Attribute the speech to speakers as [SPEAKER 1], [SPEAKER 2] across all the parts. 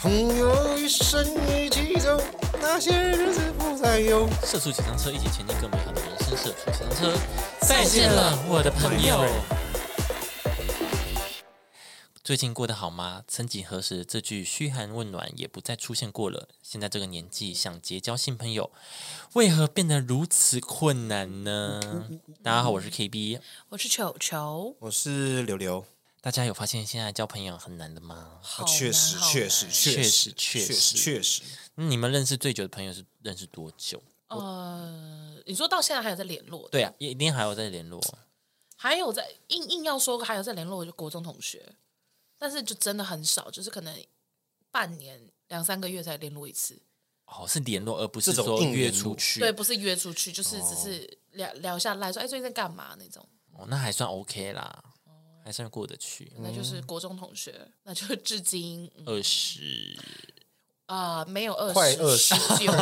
[SPEAKER 1] 朋友一生一起走，那些日子不再有。
[SPEAKER 2] 社畜骑上车，一起前进更美好的人生。社畜骑上车，再见了，我的朋友。最近过得好吗？曾几何时，这句嘘寒问暖也不再出现过了。现在这个年纪，想结交新朋友，为何变得如此困难呢？大家好，我是 KB。
[SPEAKER 3] 我是球球，
[SPEAKER 1] 我是柳柳，哦
[SPEAKER 2] 大家有发现现在交朋友很难的吗？
[SPEAKER 3] 好
[SPEAKER 1] 确
[SPEAKER 3] 难
[SPEAKER 1] 实，
[SPEAKER 3] 好
[SPEAKER 1] 确实，
[SPEAKER 3] 难
[SPEAKER 1] 确实，
[SPEAKER 2] 确实
[SPEAKER 1] 确实，确实，
[SPEAKER 2] 那嗯你们认识最久的朋友是认识多久？
[SPEAKER 3] 呃，你说到现在还有在联络，
[SPEAKER 2] 对啊，一定还有在联络。
[SPEAKER 3] 还有在硬硬要说还有在联络，我就国中同学，但是就真的很少，就是可能半年两三个月才联络一次，
[SPEAKER 2] 哦，是联络，而不是
[SPEAKER 1] 这种
[SPEAKER 2] 说
[SPEAKER 1] 硬
[SPEAKER 2] 约
[SPEAKER 1] 联络
[SPEAKER 2] 出去。
[SPEAKER 3] 对，不是约出去，就是只是聊、聊一下赖，说哎最近在干嘛那种，
[SPEAKER 2] 哦，那还算 OK 啦，还算过得去。
[SPEAKER 3] 哦
[SPEAKER 2] 嗯
[SPEAKER 3] 那就是国中同学，那就至今嗯
[SPEAKER 2] 二十，
[SPEAKER 3] 啊、没有二十，
[SPEAKER 1] 快20
[SPEAKER 3] 九，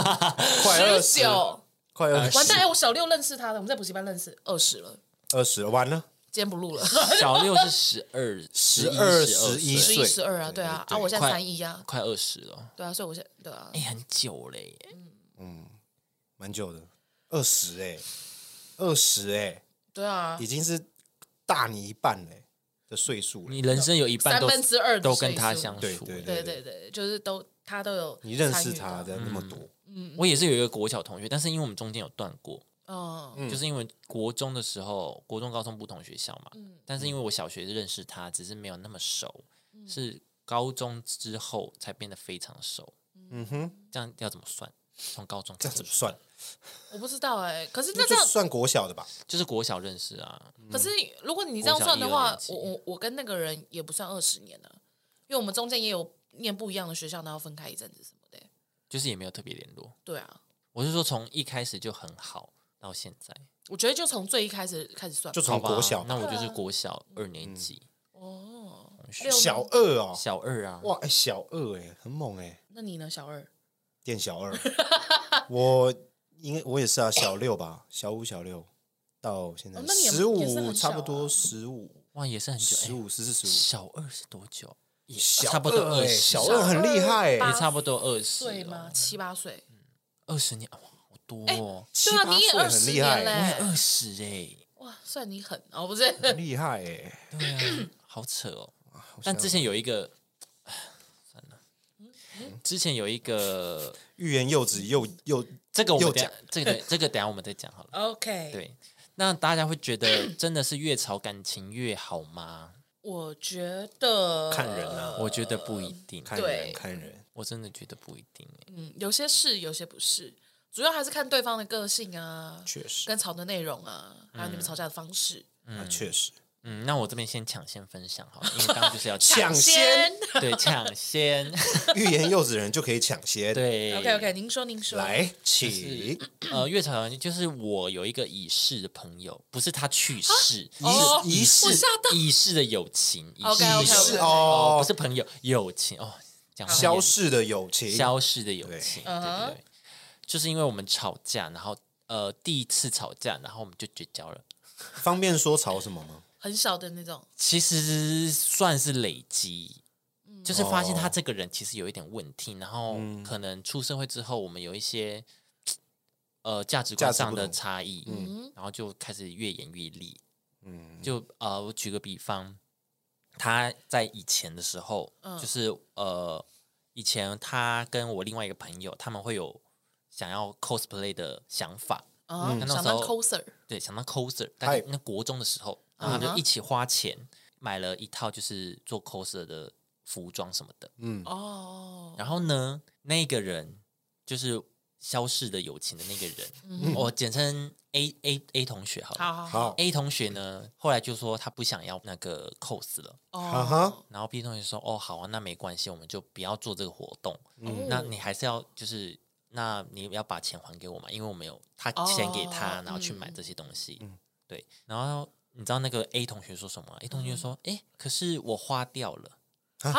[SPEAKER 1] 快二
[SPEAKER 3] 十
[SPEAKER 1] 十，
[SPEAKER 3] 九，
[SPEAKER 1] 快二
[SPEAKER 3] 完
[SPEAKER 1] 呃十
[SPEAKER 3] 蛋，，哎，我小六认识他的，我们在补习班认识，二十了，
[SPEAKER 1] 二十完了，
[SPEAKER 3] 今天不录了，
[SPEAKER 2] 小六是十二、
[SPEAKER 1] 12
[SPEAKER 2] 十十
[SPEAKER 1] 11
[SPEAKER 3] 十
[SPEAKER 1] 岁
[SPEAKER 3] 一十二啊，对啊，啊，我现在
[SPEAKER 2] 快
[SPEAKER 3] 三一啊，
[SPEAKER 2] 快二十了，
[SPEAKER 3] 对啊，所以我现对啊
[SPEAKER 2] 哎、，很久嘞。
[SPEAKER 1] 蛮久的，二十哎，二十哎，
[SPEAKER 3] 对啊
[SPEAKER 1] 已，经是大你一半嘞的岁数了。
[SPEAKER 2] 你人生有一半
[SPEAKER 3] 三
[SPEAKER 2] 都
[SPEAKER 3] 分之二的
[SPEAKER 2] 都跟
[SPEAKER 3] 岁
[SPEAKER 2] 他
[SPEAKER 3] 数
[SPEAKER 2] 相
[SPEAKER 1] 对
[SPEAKER 2] 处。欸
[SPEAKER 1] 对
[SPEAKER 3] 对对对，就是都他都有
[SPEAKER 1] 你认识
[SPEAKER 3] 参与
[SPEAKER 1] 他
[SPEAKER 3] 到，
[SPEAKER 1] 的那么多，
[SPEAKER 2] 我也是有一个国小同学，但是因为我们中间有断过，
[SPEAKER 3] 嗯，
[SPEAKER 2] 就是因为国中的时候，国中、高中不同学校嘛。
[SPEAKER 3] 嗯
[SPEAKER 2] 但是因
[SPEAKER 1] 嗯
[SPEAKER 2] 为我小学认识他，只是没有那么熟，
[SPEAKER 3] 嗯
[SPEAKER 2] 是高中之后才变得非常熟。
[SPEAKER 1] 嗯哼，
[SPEAKER 2] 这样要怎么算？从高中
[SPEAKER 1] 这
[SPEAKER 2] 开
[SPEAKER 1] 样
[SPEAKER 2] 始
[SPEAKER 1] 怎么算？
[SPEAKER 3] 我不知道哎，可是
[SPEAKER 1] 那
[SPEAKER 3] 那
[SPEAKER 1] 就
[SPEAKER 3] 这样，
[SPEAKER 1] 算国小的吧？
[SPEAKER 2] 就是国小认识啊，
[SPEAKER 3] 可是如果你这样
[SPEAKER 2] 国小
[SPEAKER 3] 算的
[SPEAKER 2] 一二
[SPEAKER 3] 话
[SPEAKER 2] 年，级
[SPEAKER 3] 我我我跟那个人也不算二十年了，因为我们中间也有念不一样的学校，然后分开一阵子什么的，
[SPEAKER 2] 就是也没有特别联络。
[SPEAKER 3] 对啊，
[SPEAKER 2] 我是说从一开始就很好到现在，
[SPEAKER 3] 我觉得就从最一开始开始算吧，
[SPEAKER 1] 就从
[SPEAKER 2] 好吧
[SPEAKER 1] 国小
[SPEAKER 2] 那我
[SPEAKER 3] 啊
[SPEAKER 2] 就是国小二年级、
[SPEAKER 3] 哦，
[SPEAKER 2] 学
[SPEAKER 3] 六年
[SPEAKER 1] 小，二哦，
[SPEAKER 2] 小二啊，
[SPEAKER 1] 哇，哎，小二哎，很猛哎，
[SPEAKER 3] 那你呢？小二，
[SPEAKER 1] 店小二，我应该我也是啊，小六吧，小五、小六到现在
[SPEAKER 3] 哦那你也
[SPEAKER 1] 十
[SPEAKER 3] 也是
[SPEAKER 1] 五，
[SPEAKER 3] 很
[SPEAKER 1] 差
[SPEAKER 3] 小啊
[SPEAKER 1] 不多十五、
[SPEAKER 2] 哇，也是很久。
[SPEAKER 1] 十
[SPEAKER 2] 哎
[SPEAKER 1] 五、十四、十
[SPEAKER 2] 小二是多久？啊也
[SPEAKER 1] 小
[SPEAKER 2] 差不多
[SPEAKER 1] 二
[SPEAKER 2] 二
[SPEAKER 1] 哎
[SPEAKER 2] 十，
[SPEAKER 1] 小二很厉害哎
[SPEAKER 3] 八
[SPEAKER 2] 也差不多二十
[SPEAKER 3] 对
[SPEAKER 1] 哦
[SPEAKER 3] 吗？七八岁，
[SPEAKER 1] 嗯
[SPEAKER 2] 二十年哇，好多哦，
[SPEAKER 1] 七
[SPEAKER 3] 对啊，
[SPEAKER 1] 八
[SPEAKER 3] 你也
[SPEAKER 1] 岁
[SPEAKER 3] 二
[SPEAKER 1] 很
[SPEAKER 3] 十
[SPEAKER 1] 厉
[SPEAKER 3] 年
[SPEAKER 1] 害，
[SPEAKER 2] 我也
[SPEAKER 3] 嘞，
[SPEAKER 2] 二十哎，
[SPEAKER 3] 哇，算你狠哦，不 是，
[SPEAKER 1] 很厉害哎。
[SPEAKER 2] 对啊，好扯哦。
[SPEAKER 1] 好
[SPEAKER 2] 但
[SPEAKER 1] 像
[SPEAKER 2] 之前有一个，
[SPEAKER 3] 嗯
[SPEAKER 2] 算了，之前有一个，
[SPEAKER 1] 欲言又止，又又
[SPEAKER 2] 这个我
[SPEAKER 1] 又
[SPEAKER 2] 们等下
[SPEAKER 1] 讲
[SPEAKER 2] 这个这个等下我们再讲好了。
[SPEAKER 3] OK，，
[SPEAKER 2] 对，那大家会觉得真的是越吵感情越好吗？
[SPEAKER 3] 我觉得
[SPEAKER 1] 看人啊，
[SPEAKER 2] 我觉得不一定，
[SPEAKER 1] 看
[SPEAKER 3] 对
[SPEAKER 1] 人看人，
[SPEAKER 2] 我真的觉得不一定欸。
[SPEAKER 3] 嗯，有些是，有些不是，主要还是看对方的个性啊，
[SPEAKER 1] 确实
[SPEAKER 3] 跟吵的内容啊，还有
[SPEAKER 1] 嗯
[SPEAKER 3] 你们吵架的方式。
[SPEAKER 1] 啊，确实
[SPEAKER 2] 嗯，那我这边先抢先分享好了，因为刚刚就是要
[SPEAKER 1] 抢先
[SPEAKER 2] 对抢先
[SPEAKER 1] 欲言又止的人就可以抢先
[SPEAKER 2] 对
[SPEAKER 3] OK OK，您说您说，
[SPEAKER 1] 哎来，
[SPEAKER 2] 是
[SPEAKER 1] 请
[SPEAKER 2] 呃，越吵就是我有一个已逝的朋友，不是他去世，
[SPEAKER 3] 哦
[SPEAKER 2] 是已逝
[SPEAKER 3] 我吓到
[SPEAKER 2] 已逝的友情，已逝
[SPEAKER 3] OK，OK，OK
[SPEAKER 2] 已逝
[SPEAKER 1] 是
[SPEAKER 2] 哦，
[SPEAKER 1] 哦
[SPEAKER 2] 不，是朋友，友情哦，讲话
[SPEAKER 1] 消
[SPEAKER 2] 很
[SPEAKER 1] 逝的友情，
[SPEAKER 2] 消失的友情，对
[SPEAKER 3] 嗯
[SPEAKER 2] 对
[SPEAKER 3] 哼
[SPEAKER 2] 对，就是因为我们吵架，然后呃第一次吵架，然后我们就绝交了。
[SPEAKER 1] 方便说吵什么吗？
[SPEAKER 3] 很小的那种，
[SPEAKER 2] 其实算是累积，
[SPEAKER 3] 嗯
[SPEAKER 2] 就是发现
[SPEAKER 1] 哦嗯
[SPEAKER 2] 他这个人其实有一点问题，然后可能出社会之后，我们有一些呃价值观
[SPEAKER 1] 价值
[SPEAKER 2] 上
[SPEAKER 1] 不
[SPEAKER 2] 的
[SPEAKER 1] 同
[SPEAKER 2] 差异，
[SPEAKER 3] 嗯
[SPEAKER 2] 然后就开始越演越烈。
[SPEAKER 1] 嗯，
[SPEAKER 2] 就呃，我举个比方，他在以前的时候，
[SPEAKER 3] 嗯
[SPEAKER 2] 就是呃，以前他跟我另外一个朋友，他们会有想要 cosplay 的想法，
[SPEAKER 1] 嗯
[SPEAKER 3] 啊，
[SPEAKER 2] 那
[SPEAKER 3] 想
[SPEAKER 2] 时
[SPEAKER 3] 当
[SPEAKER 2] 候
[SPEAKER 3] coser，
[SPEAKER 2] 对，想当 coser，但是
[SPEAKER 1] 嗨
[SPEAKER 2] 那国中的时候，然后他
[SPEAKER 3] 嗯
[SPEAKER 2] 们
[SPEAKER 3] 哼
[SPEAKER 2] 就一起花钱买了一套就是做 coser 的服装什么的。
[SPEAKER 1] 嗯
[SPEAKER 3] 嗯哦，
[SPEAKER 2] 然后呢，那个人就是消逝的友情的那个人，我简称 A A A 同学好了。
[SPEAKER 3] 好好好，
[SPEAKER 1] 好，
[SPEAKER 2] A 同学呢，后来就说他不想要那个 cos 了，
[SPEAKER 1] 啊哈
[SPEAKER 3] 哦，
[SPEAKER 2] 然后 B 同学说：“哦，好啊，那没关系，我们就不要做这个活动。
[SPEAKER 3] 哦
[SPEAKER 2] 那你还是要就是，那你要把钱还给我嘛，因为我们有他钱给他，
[SPEAKER 3] 哦
[SPEAKER 2] 然后去买这些东西。对，然后你知道那个 A 同学说什么吗？A 同
[SPEAKER 3] 嗯
[SPEAKER 2] 学说：“哎、可是我花掉了。
[SPEAKER 3] 好，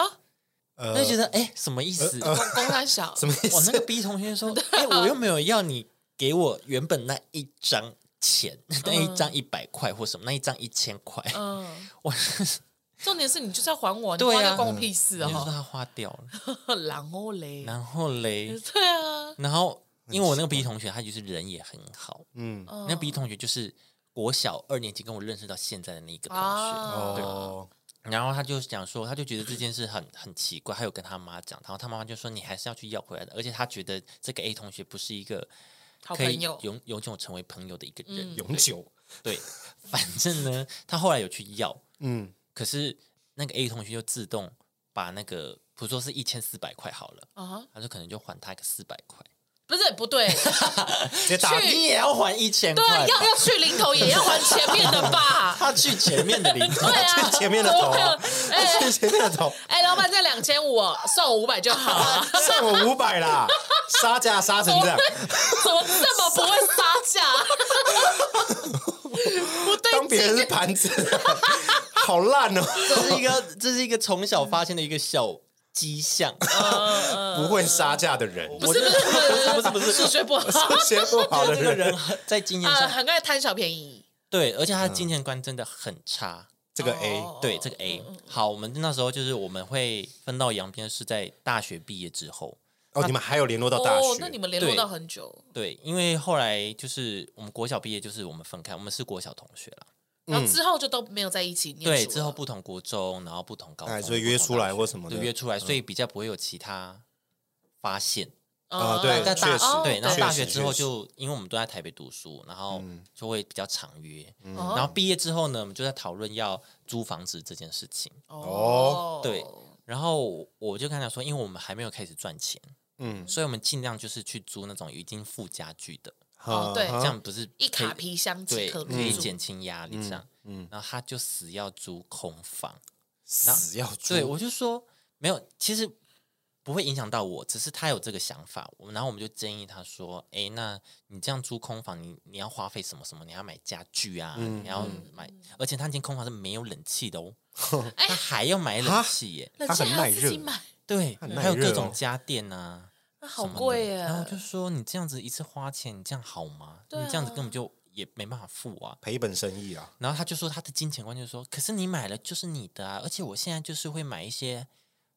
[SPEAKER 1] 呃
[SPEAKER 2] 那就觉得哎、诶什么意思？ 我、
[SPEAKER 3] 公公三小，
[SPEAKER 1] 什么意
[SPEAKER 2] 那
[SPEAKER 1] 思？
[SPEAKER 2] 个 B 同学说：“哎、我又没有要你给我原本那一 张钱，那一张一百块或什么，那一张一千块。
[SPEAKER 3] 嗯，
[SPEAKER 2] 我是
[SPEAKER 3] 重点是你就是要还我，你
[SPEAKER 2] 对啊
[SPEAKER 3] 花掉关我屁事
[SPEAKER 2] 你就说
[SPEAKER 3] 哦。
[SPEAKER 2] 它花掉了，
[SPEAKER 3] 然后嘞，
[SPEAKER 2] 然后嘞，
[SPEAKER 3] 对啊，
[SPEAKER 2] 然后因为我那个 B 同学，他就是人也很好，
[SPEAKER 1] 嗯，
[SPEAKER 2] 那 B 同学就是国小二年级跟我认识到现在的那一个同学，
[SPEAKER 3] 啊
[SPEAKER 1] 哦，
[SPEAKER 2] 然后他就讲说，他就觉得这件事很很奇怪，他有跟他妈讲，然后他妈妈就说你还是要去要回来的，而且他觉得这个 A 同学不是一个
[SPEAKER 3] 好
[SPEAKER 2] 可以
[SPEAKER 3] 朋友嗯
[SPEAKER 2] 永永久成为朋友的一个人，
[SPEAKER 1] 永久，
[SPEAKER 2] 对，反正呢，他后来有去要，
[SPEAKER 1] 嗯，
[SPEAKER 2] 可是那个 A 同学就自动把那个，比如说是一千四百块好了，
[SPEAKER 3] 啊哈，
[SPEAKER 2] 他就可能就还他个四百块，啊
[SPEAKER 3] 不是不 对，
[SPEAKER 1] 直接打
[SPEAKER 3] 去
[SPEAKER 2] 你也要还一千
[SPEAKER 3] 嗯对啊，
[SPEAKER 2] 块，
[SPEAKER 3] 要要去零头也要还前面的吧？
[SPEAKER 2] 他去前面的零头
[SPEAKER 3] 对啊，
[SPEAKER 1] 前面的头啊
[SPEAKER 3] 怎么会有哎
[SPEAKER 1] 去前面的头，
[SPEAKER 3] 哎，老板这两千五哦算我五百就好了，
[SPEAKER 1] 算我五百啦，杀价杀成这样，
[SPEAKER 3] 怎么这么不会杀价？ 不对劲，
[SPEAKER 1] 当别人是盘子，好烂哦，
[SPEAKER 2] 这是一个这是一个从小发现的一个小迹象，
[SPEAKER 1] 不会杀价的人，
[SPEAKER 3] 不是不是嗯不是
[SPEAKER 2] 不是不是
[SPEAKER 3] 数学不 好，
[SPEAKER 1] 学不好的
[SPEAKER 2] 啊这个人
[SPEAKER 1] 人，
[SPEAKER 2] 在经验
[SPEAKER 3] 呃，
[SPEAKER 2] 上嗯
[SPEAKER 3] 很爱贪小便宜。
[SPEAKER 2] 对，而且他的金钱观真的很差。
[SPEAKER 1] 这个 A
[SPEAKER 3] 哦
[SPEAKER 2] 对，这个 A 好，我们那时候就是我们会分道扬镳，是在大学毕业之后。
[SPEAKER 1] 哦，你们还有联络到大
[SPEAKER 3] 哦，那你
[SPEAKER 1] 学，
[SPEAKER 3] 们联络
[SPEAKER 2] 对
[SPEAKER 3] 到很久，
[SPEAKER 2] 对，因为后来就是我们国小毕业，就是我们分开，我们是国小同学啦。
[SPEAKER 1] 嗯
[SPEAKER 3] 然后之后就都没有在一起念
[SPEAKER 2] 嗯对，
[SPEAKER 3] 书了
[SPEAKER 2] 之后不同国中，然后不同高中，
[SPEAKER 1] 哎，所以约出来或什
[SPEAKER 2] 不
[SPEAKER 1] 么的
[SPEAKER 2] 同大学对，嗯约出来，所以比较不会有其他发现。
[SPEAKER 1] 啊
[SPEAKER 3] 嗯
[SPEAKER 1] 对
[SPEAKER 3] 嗯
[SPEAKER 2] 在
[SPEAKER 1] 确
[SPEAKER 2] 大哦
[SPEAKER 1] 实
[SPEAKER 2] 对，然后
[SPEAKER 1] 确
[SPEAKER 2] 大
[SPEAKER 1] 实
[SPEAKER 2] 学之后
[SPEAKER 1] 确实嗯
[SPEAKER 2] 就因为我们都在台北读书，然后就会比较常约。
[SPEAKER 3] 哦
[SPEAKER 2] 然后毕业之后呢，我们就在讨论要租房子这件事情。
[SPEAKER 1] 哦
[SPEAKER 2] 对然后我就跟他说，因为我们还没有开始赚钱，
[SPEAKER 1] 嗯，
[SPEAKER 2] 所以我们尽量就是去租那种已经附加具的，
[SPEAKER 1] 好
[SPEAKER 3] 对
[SPEAKER 2] 哦这样不是
[SPEAKER 3] 一卡
[SPEAKER 2] 可以
[SPEAKER 3] 皮箱即
[SPEAKER 2] 对
[SPEAKER 3] 可
[SPEAKER 2] 可
[SPEAKER 3] 入
[SPEAKER 2] 以
[SPEAKER 3] 住，
[SPEAKER 2] 减轻压力这样。
[SPEAKER 1] 嗯
[SPEAKER 2] 然后他就死要租空房，
[SPEAKER 1] 死要住
[SPEAKER 2] 对，我就说没有，其实不会影响到我，只是他有这个想法，我们然后我们就建议他说，哎，那你这样租空房，你你要花费什么什么？你要买家具啊，
[SPEAKER 1] 嗯
[SPEAKER 2] 你要买，而且他那间空房是没有冷气的 哦，
[SPEAKER 3] 哎
[SPEAKER 2] 他还要买冷气耶，
[SPEAKER 3] 冷
[SPEAKER 1] 他
[SPEAKER 3] 气
[SPEAKER 1] 很
[SPEAKER 3] 还
[SPEAKER 1] 耐
[SPEAKER 3] 要自己
[SPEAKER 1] 热
[SPEAKER 3] 买，
[SPEAKER 2] 对，
[SPEAKER 1] 很耐
[SPEAKER 2] 还有各
[SPEAKER 1] 热
[SPEAKER 2] 种
[SPEAKER 1] 哦
[SPEAKER 2] 家电啊。
[SPEAKER 3] 那好
[SPEAKER 2] 什么的
[SPEAKER 3] 贵耶嗯
[SPEAKER 2] 然后我就说你这样子一次花钱，你这样好吗？
[SPEAKER 3] 对啊
[SPEAKER 2] 你这样子根本就也没办法付啊。
[SPEAKER 1] 赔本生意啊，
[SPEAKER 2] 然后他就说他的金钱观就是说，可是你买了就是你的啊，而且我现在就是会买一些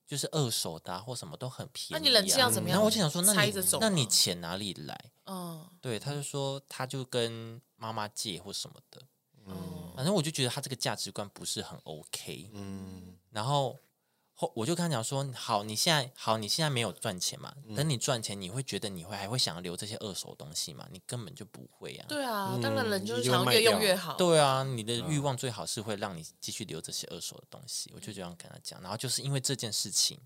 [SPEAKER 2] 就是二手的啊，或什么都很便宜、
[SPEAKER 3] 那
[SPEAKER 2] 啊。
[SPEAKER 3] 你冷气要怎么样
[SPEAKER 2] 然后我就想说，那
[SPEAKER 3] 拆
[SPEAKER 2] 你
[SPEAKER 3] 着走
[SPEAKER 2] 那
[SPEAKER 3] 吗
[SPEAKER 2] 你钱哪里来？
[SPEAKER 3] 嗯
[SPEAKER 2] 对，他就说他就跟妈妈借或什么的，
[SPEAKER 3] 嗯，
[SPEAKER 2] 反正我就觉得他这个价值观不是很 OK。
[SPEAKER 1] 嗯，
[SPEAKER 2] 然后后我就跟他讲说，好，你现在好，你现在没有赚钱嘛？等你赚钱，你会觉得你会还会想要留这些二手东西吗？你根本就不会啊。
[SPEAKER 3] 对啊，当然人就是
[SPEAKER 1] 一定
[SPEAKER 3] 想
[SPEAKER 1] 会卖
[SPEAKER 3] 要越用
[SPEAKER 1] 掉
[SPEAKER 3] 越好，
[SPEAKER 2] 对啊，你的
[SPEAKER 1] 嗯
[SPEAKER 2] 欲望最好是会让你继续留这些二手的东西。我就这样跟他讲，然后就是因为这件事情，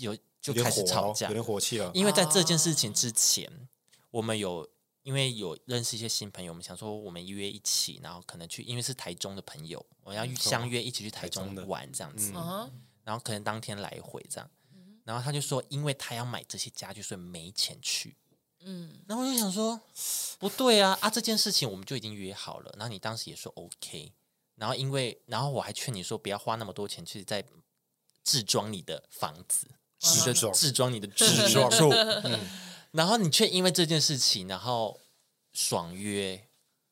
[SPEAKER 2] 有
[SPEAKER 1] 嗯有
[SPEAKER 2] 就
[SPEAKER 1] 点
[SPEAKER 2] 开
[SPEAKER 1] 火
[SPEAKER 2] 始吵
[SPEAKER 1] 哦，
[SPEAKER 2] 架
[SPEAKER 1] 有，点火啊气了，
[SPEAKER 2] 因为在这件事情之前，我们有因为有认识一些新朋友，我们想说我们约一起，然后可能去，因为是台中的朋友，我要相约一起去
[SPEAKER 1] 嗯
[SPEAKER 2] 台
[SPEAKER 1] 台中的嗯
[SPEAKER 2] 中玩这样子。
[SPEAKER 3] 啊，
[SPEAKER 2] 然后可能当天来回这样。然后他就说，因为他要买这些家具，所以没钱去。
[SPEAKER 3] 嗯，
[SPEAKER 2] 然后我就想说，不对啊啊！这件事情我们就已经约好了，然后你当时也说 OK，然后因为然后我还劝你说不要花那么多钱去在置装你的房子，你的
[SPEAKER 1] 嗯置装
[SPEAKER 2] 置装你的置
[SPEAKER 1] 置 装
[SPEAKER 2] 住，然后你却因为这件事情然后爽约，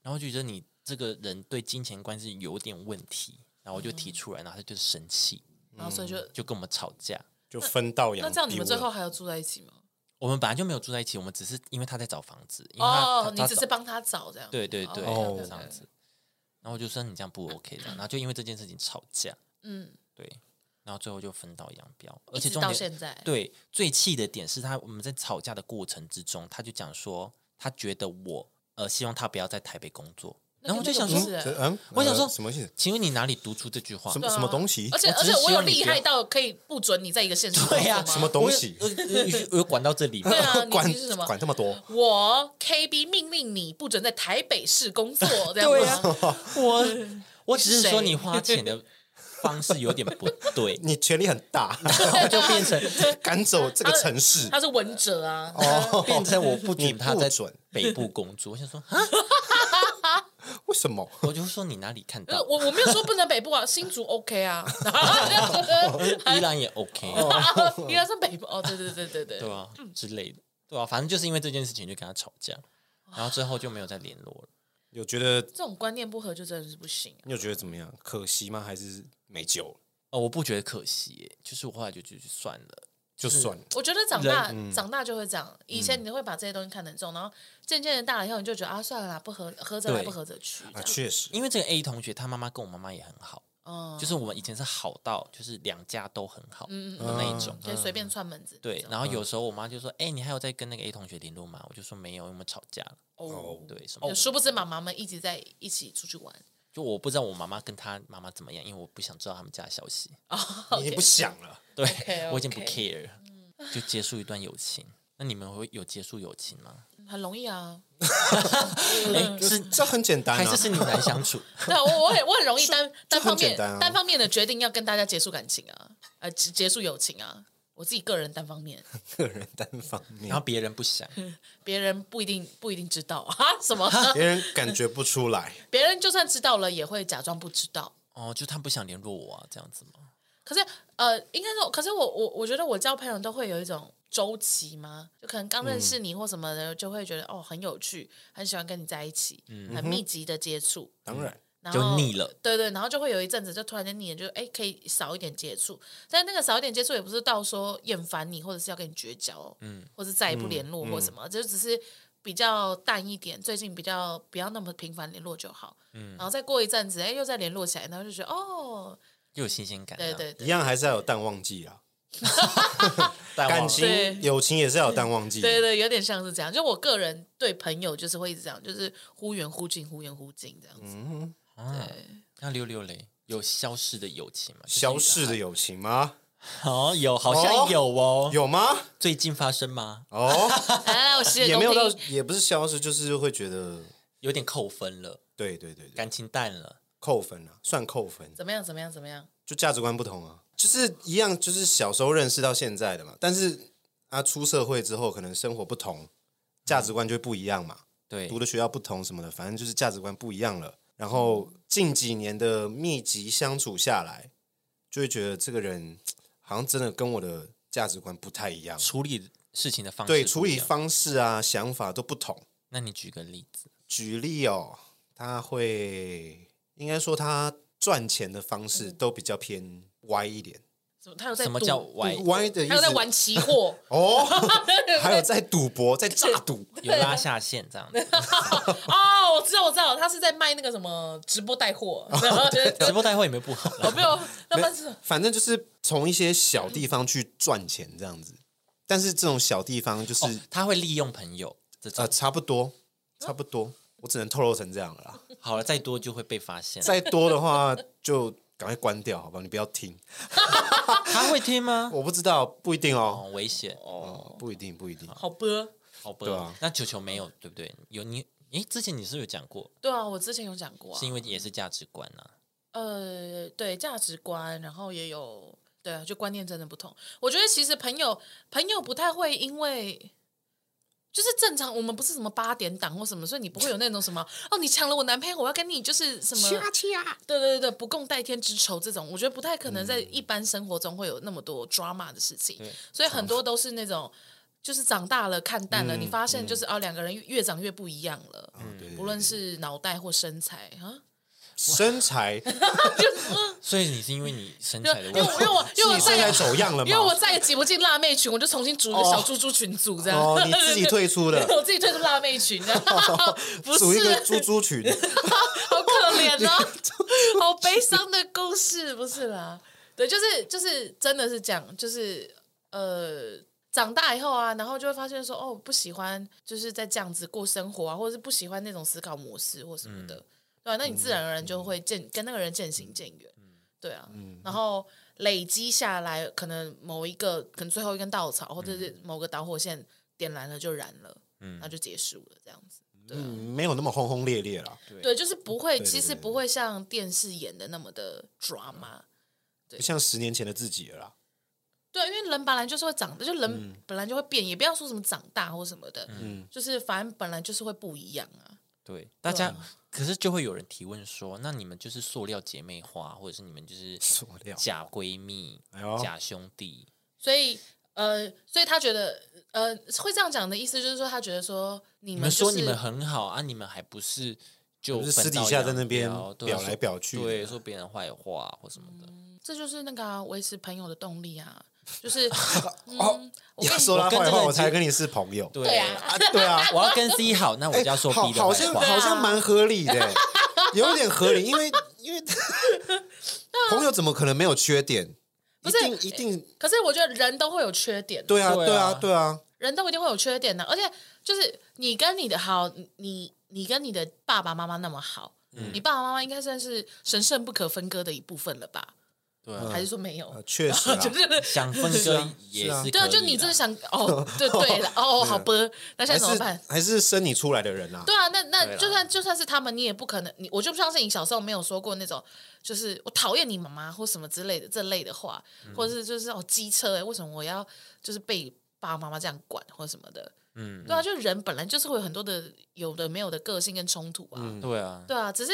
[SPEAKER 2] 然后就觉得你这个人对金钱观是有点问题，然后我就提出来，然后他就生气，
[SPEAKER 3] 然后所以就
[SPEAKER 2] 就跟我们吵架。
[SPEAKER 1] 就分道扬镳
[SPEAKER 3] 那
[SPEAKER 1] 了。
[SPEAKER 3] 这样你们最后还有住在一起吗？
[SPEAKER 2] 我们本来就没有住在一起，我们只是因为他在找房子，因为他
[SPEAKER 3] 哦，你
[SPEAKER 2] 他
[SPEAKER 3] 只
[SPEAKER 2] 找
[SPEAKER 3] 是帮他找这样，
[SPEAKER 2] 对对对、
[SPEAKER 1] 哦
[SPEAKER 2] 这样子，然后我就说你这样不 OK 的，然后就因为这件事情吵架，
[SPEAKER 3] 嗯，
[SPEAKER 2] 对，然后最后就分道扬镳，而
[SPEAKER 3] 一
[SPEAKER 2] 且
[SPEAKER 3] 直
[SPEAKER 2] 重
[SPEAKER 3] 到
[SPEAKER 2] 点
[SPEAKER 3] 现在，
[SPEAKER 2] 对最气的点是他我们在吵架的过程之中，他就讲说他觉得我呃希望他不要在台北工作，
[SPEAKER 3] 那
[SPEAKER 2] 然后我就想
[SPEAKER 3] 那
[SPEAKER 2] 说
[SPEAKER 3] 个不，是啊
[SPEAKER 1] 这嗯，
[SPEAKER 2] 我想说
[SPEAKER 1] 呃什么意思？
[SPEAKER 2] 请问你哪里读出这句话？
[SPEAKER 1] 什么
[SPEAKER 3] 对啊
[SPEAKER 1] 什么东西
[SPEAKER 3] 而？且
[SPEAKER 2] 我
[SPEAKER 3] 而
[SPEAKER 2] 只是
[SPEAKER 3] 且我
[SPEAKER 2] 希
[SPEAKER 3] 有
[SPEAKER 2] 望你
[SPEAKER 3] 厉
[SPEAKER 2] 不要
[SPEAKER 3] 害到可以不准你在一个县市
[SPEAKER 2] 对啊呀
[SPEAKER 3] 工作吗
[SPEAKER 1] 什么东西
[SPEAKER 2] 我有我有我有管到这 里吗？
[SPEAKER 3] 对 啊你
[SPEAKER 1] 管
[SPEAKER 3] 其实是什么
[SPEAKER 1] 管这么多？，
[SPEAKER 3] 我 KB 命令你不准在台北市 工作，这样
[SPEAKER 2] 对
[SPEAKER 3] 吗？
[SPEAKER 2] 啊， 我我只是说
[SPEAKER 3] 谁
[SPEAKER 2] 你花钱的方式有点不对
[SPEAKER 1] 你权力很大，
[SPEAKER 2] 然后就变成
[SPEAKER 1] 赶走这个城 市
[SPEAKER 3] 他是文哲啊，
[SPEAKER 1] 哦，
[SPEAKER 2] 变成我 不
[SPEAKER 1] 你
[SPEAKER 2] 准他
[SPEAKER 1] 不
[SPEAKER 2] 在
[SPEAKER 1] 准
[SPEAKER 2] 北部工作。我想说啊，
[SPEAKER 1] 为什么？
[SPEAKER 2] 我就说你哪里看
[SPEAKER 3] 呃
[SPEAKER 2] 到？
[SPEAKER 3] 我我没有说不能北部啊，新竹 OK 啊，
[SPEAKER 2] 依然也 OK，
[SPEAKER 3] 哦应该是北部哦，对对对对对
[SPEAKER 2] 对啊吧、啊之类的，对吧、反正就是因为这件事情就跟他吵架，然后之后就没有再联络了。
[SPEAKER 1] 有觉得
[SPEAKER 3] 这种观念不合就真的是不行、啊。
[SPEAKER 1] 你有觉得怎么样？可惜吗？还是没救了？
[SPEAKER 2] 哦，我不觉得可惜耶，就是我后来就就就算了。
[SPEAKER 1] 就算了，
[SPEAKER 3] 我觉得长大、长大就会这样，以前你会把这些东西看得很重，然后渐渐的大了以后，你就觉得啊，算了啦，不合合则来，
[SPEAKER 2] 对
[SPEAKER 3] 不合则去，这
[SPEAKER 1] 啊，
[SPEAKER 3] 样
[SPEAKER 1] 确实，
[SPEAKER 2] 因为这个 A 同学，他妈妈跟我妈妈也很好，
[SPEAKER 3] 嗯，
[SPEAKER 2] 就是我们以前是好到就是两家都很好的那一种。
[SPEAKER 3] 可以随便串门子，
[SPEAKER 2] 对，
[SPEAKER 3] 这样
[SPEAKER 2] 然后有时候我妈就说：“哎、你还有在跟那个 A 同学联络吗？”我就说没有，因为我们吵架了。
[SPEAKER 3] 哦，
[SPEAKER 2] 对，什么？
[SPEAKER 3] 就殊不知妈妈们一直在一起出去玩，
[SPEAKER 2] 就我不知道我妈妈跟她妈妈怎么样，因为我不想知道他们家的消息。
[SPEAKER 1] 你已经不想了。
[SPEAKER 2] 对
[SPEAKER 3] OK，OK
[SPEAKER 2] 我已经不 care，了就结束一段友情。那你们会有结束友情吗？
[SPEAKER 3] 很容易啊。嗯
[SPEAKER 2] 哎，
[SPEAKER 1] 就是这很简单、啊，
[SPEAKER 2] 还是是你难相 处？
[SPEAKER 3] 对啊，我我很我很容易单单方
[SPEAKER 1] 简
[SPEAKER 3] 面
[SPEAKER 1] 单啊
[SPEAKER 3] 单方面的决定要跟大家结束感情啊，呃，结结束友情啊。我自己个人单方面，
[SPEAKER 1] 个人单方面，
[SPEAKER 2] 然后别人不想，
[SPEAKER 3] 别人不一定不一定知道啊。什么？
[SPEAKER 1] 别人感觉不出来。
[SPEAKER 3] 别人就算知道了，也会假装不知道。
[SPEAKER 2] 哦，就他不想联络我啊，这样子吗？
[SPEAKER 3] 可是呃，应该说，可是我我我觉得我交朋友都会有一种周期嘛，就可能刚认识你或什么的，就会觉得哦很有趣，很喜欢跟你在一起，很密集的接触，
[SPEAKER 1] 当然，
[SPEAKER 3] 然
[SPEAKER 2] 就
[SPEAKER 3] 后
[SPEAKER 2] 腻了。
[SPEAKER 3] 对对，然后就会有一阵子，就突然间腻了，就哎可以少一点接触，但那个少一点接触也不是到说厌烦你，或者是要跟你绝交，嗯，或者再也不联络或什么，就只是比较淡一点，最近比较不要那么频繁联络就好，嗯，然后再过一阵子，哎又再联络起来，然后就觉得哦，
[SPEAKER 2] 又有新鲜感。
[SPEAKER 3] 对，对对
[SPEAKER 1] 一样还是要有淡旺季啊。
[SPEAKER 2] 但
[SPEAKER 1] 感
[SPEAKER 2] 感情
[SPEAKER 3] 对
[SPEAKER 1] 情、友情也是要有淡旺季。
[SPEAKER 3] 对对，有点像是这样。就我个人对朋友就是会一直这样，就是忽远忽近，忽远忽近这样子。
[SPEAKER 1] 嗯
[SPEAKER 2] 那六六嘞，有消逝的友情吗？就是
[SPEAKER 1] 消逝的友情吗？
[SPEAKER 2] 哦，有好像有哦，
[SPEAKER 1] 有吗？
[SPEAKER 2] 最近发生吗？
[SPEAKER 1] 哦，
[SPEAKER 3] 哎，我洗耳
[SPEAKER 1] 也
[SPEAKER 3] 恭
[SPEAKER 1] 没有到
[SPEAKER 3] 听。，
[SPEAKER 1] 也不是消失，就是会觉得，
[SPEAKER 2] 有点扣分了，
[SPEAKER 1] 对对对对，
[SPEAKER 2] 感情淡了。
[SPEAKER 1] 扣分啊，算扣分，
[SPEAKER 3] 怎么样？怎么样？怎么样？
[SPEAKER 1] 就价值观不同啊，就是一样，就是小时候认识到现在的嘛，但是啊，出社会之后可能生活不同，价值观就会不一样嘛，
[SPEAKER 2] 对
[SPEAKER 1] 读的学校不同什么的，反正就是价值观不一样了。然后近几年的密集相处下来，就会觉得这个人好像真的跟我的价值观不太一样，
[SPEAKER 2] 处理事情的方式
[SPEAKER 1] 对，
[SPEAKER 2] 不
[SPEAKER 1] 处
[SPEAKER 2] 一
[SPEAKER 1] 理
[SPEAKER 2] 样。
[SPEAKER 1] 方式啊、想法都不同。
[SPEAKER 2] 那你举个例子，
[SPEAKER 1] 举例哦，他会应该说他赚钱的方
[SPEAKER 3] 嗯
[SPEAKER 1] 式都比较偏歪一点，
[SPEAKER 3] 怎么？他有在
[SPEAKER 2] 什么
[SPEAKER 3] 赌
[SPEAKER 2] 叫歪？
[SPEAKER 1] 歪的意
[SPEAKER 3] 他有在
[SPEAKER 1] 思
[SPEAKER 3] 玩期货，
[SPEAKER 1] 哦，还有在赌博，在诈赌，
[SPEAKER 2] 有拉下线这样 子，
[SPEAKER 3] 哦，我知道，我知道，他是在卖那个什么直播带货，然后
[SPEAKER 1] 哦
[SPEAKER 3] 就是
[SPEAKER 2] 直播带货有没有不好啦
[SPEAKER 3] 有没有？那么是
[SPEAKER 1] 反正就是从一些小地方去赚钱这样子。但是这种小地方就是、
[SPEAKER 2] 哦，他会利用朋友这种
[SPEAKER 1] 呃，。差不多，差不多，我只能透露成这样了 啦。
[SPEAKER 2] 好了，再多就会被发现。
[SPEAKER 1] 再多的话就赶快关掉，好吧？你不要听，
[SPEAKER 2] 他会听吗？
[SPEAKER 1] 我不知道，不一定哦，
[SPEAKER 2] 哦，危险，
[SPEAKER 1] 哦，不一定，不一定。
[SPEAKER 3] 好播。
[SPEAKER 2] 好吧。
[SPEAKER 1] 对啊
[SPEAKER 2] 那球球没有，对不对？有你，诶，之前你是不是有讲过，
[SPEAKER 3] 对啊，我之前有讲过啊
[SPEAKER 2] 是，因为也是价值观啊。
[SPEAKER 3] 呃，对价值观，然后也有对啊，就观念真的不同。我觉得其实朋友朋友不太会因为。就是正常，我们不是什么八点档或什么，所以你不会有那种什么哦，你抢了我男朋友，我要跟你就是什么，对对对对，不共戴天之仇这种，我觉得不太可能在一般生活中会有那么多 drama 的事情，所以很多都是那种。就是长大了看淡了，你发现就是、哦，两个人越越长越嗯不一样了，
[SPEAKER 1] 对对
[SPEAKER 3] 无论是脑袋或身材啊，
[SPEAKER 1] 身 材，
[SPEAKER 2] 所以你是因为你身
[SPEAKER 3] 就
[SPEAKER 2] 材的
[SPEAKER 3] 因
[SPEAKER 2] 问
[SPEAKER 3] 为我因为
[SPEAKER 2] 题，
[SPEAKER 3] 我因为我
[SPEAKER 1] 你身材
[SPEAKER 3] 再
[SPEAKER 1] 走样了
[SPEAKER 3] 因为我
[SPEAKER 1] 吗？
[SPEAKER 3] 再也挤不进辣妹群，我就重新组一个
[SPEAKER 1] 哦
[SPEAKER 3] 小猪猪群组这 样。
[SPEAKER 1] 哦，你自己退出了，
[SPEAKER 3] 我自己退出辣妹群， 不
[SPEAKER 1] 组一
[SPEAKER 3] 是啊
[SPEAKER 1] 个猪猪群，
[SPEAKER 3] 好可怜哦，好悲伤的故事，不是啦。对，就是就是，真的是这样，就是呃，长大以后啊，然后就会发现说，哦，不喜欢就是在这样子过生活啊，或者是不喜欢那种思考模式或什么的，对吧、啊那你自然而然就会渐、跟那个人渐行渐远，对啊，然后累积下来，可能某一个，可能最后一根稻草，或者是某个导火线点燃了就燃了，嗯，那就结束了，这样子。
[SPEAKER 1] 嗯，没有那么轰轰烈烈了，
[SPEAKER 3] 对，就是不会，
[SPEAKER 1] 对
[SPEAKER 3] 其实
[SPEAKER 1] 对对
[SPEAKER 3] 不会像电视演的那么的 drama。
[SPEAKER 1] 不像十年前的自己了啦。
[SPEAKER 3] 对，因为人本来就是会长，就人本来就会变，也不要说什么长大或什么的，就是反正本来就是会不一样啊。
[SPEAKER 2] 对大家。
[SPEAKER 1] 啊
[SPEAKER 2] 可是就会有人提问说，那你们就是塑料姐妹花，或者是你们就是
[SPEAKER 1] 塑料
[SPEAKER 2] 假闺蜜
[SPEAKER 1] 哎呦、
[SPEAKER 2] 假兄弟？
[SPEAKER 3] 所以呃，所以他觉得呃会这样讲的意思就是说，他觉得说你
[SPEAKER 2] 你
[SPEAKER 3] 们
[SPEAKER 2] 们
[SPEAKER 3] 就
[SPEAKER 2] 说
[SPEAKER 3] 是
[SPEAKER 2] 你们很好啊，你们还不是就
[SPEAKER 1] 就是私底下在那边
[SPEAKER 2] 对啊
[SPEAKER 1] 表来表去
[SPEAKER 2] 说
[SPEAKER 1] 的
[SPEAKER 2] 对，说别人坏话或什么的。
[SPEAKER 3] 这就是那个啊维、持朋友的动力啊，就是嗯
[SPEAKER 1] 哦，
[SPEAKER 3] 我跟你
[SPEAKER 1] 说他
[SPEAKER 2] 我跟
[SPEAKER 1] 坏
[SPEAKER 2] 这个
[SPEAKER 1] 话，我
[SPEAKER 2] 人
[SPEAKER 1] 才
[SPEAKER 2] 结
[SPEAKER 1] 跟你是朋友。
[SPEAKER 2] 对
[SPEAKER 3] 对啊，
[SPEAKER 1] 啊，对 啊，哎
[SPEAKER 2] 我要跟 C 好，那我就要说
[SPEAKER 1] 好
[SPEAKER 2] B 的
[SPEAKER 1] 好
[SPEAKER 2] 坏
[SPEAKER 1] 像
[SPEAKER 2] 话。
[SPEAKER 1] 好像蛮合理 的，有点合理，因为因为朋友怎么可能没有缺点？一
[SPEAKER 3] 不是
[SPEAKER 1] 定一定
[SPEAKER 3] 可是我觉得人都会有缺点，
[SPEAKER 1] 对啊
[SPEAKER 2] 对啊
[SPEAKER 1] 对啊对啊，
[SPEAKER 3] 人都一定会有缺点的、而且就是你跟你的好，你你跟你的爸爸妈妈那么好，
[SPEAKER 2] 嗯
[SPEAKER 3] 你爸爸妈妈应该算是神圣不可分割的一部分了吧？
[SPEAKER 2] 对啊
[SPEAKER 3] 还是说没有？
[SPEAKER 1] 呃确实 啊，
[SPEAKER 3] 哦就是
[SPEAKER 2] 想分
[SPEAKER 1] 是
[SPEAKER 2] 割
[SPEAKER 1] 啊
[SPEAKER 2] 也
[SPEAKER 1] 是啊
[SPEAKER 2] 是
[SPEAKER 3] 对啊，
[SPEAKER 2] 可以
[SPEAKER 3] 就你真
[SPEAKER 2] 啦
[SPEAKER 3] 的想哦，对对了，哦，好吧，那现
[SPEAKER 1] 啊还
[SPEAKER 3] 在怎么办
[SPEAKER 1] 是？还是生你出来的人啊。
[SPEAKER 3] 对啊，那那
[SPEAKER 2] 对啦
[SPEAKER 3] 就算就算是他们，你也不可能，你我就不相信你小时候没有说过那种，就是我讨厌你妈妈或什么之类的这类的话，
[SPEAKER 2] 嗯
[SPEAKER 3] 或者是就是哦机车哎、为什么我要就是被爸爸妈妈这样管或什么的，
[SPEAKER 2] 嗯，
[SPEAKER 3] 对啊，就人本来就是会有很多的有的没有的个性跟冲突啊，
[SPEAKER 2] 对啊，
[SPEAKER 3] 对啊，只是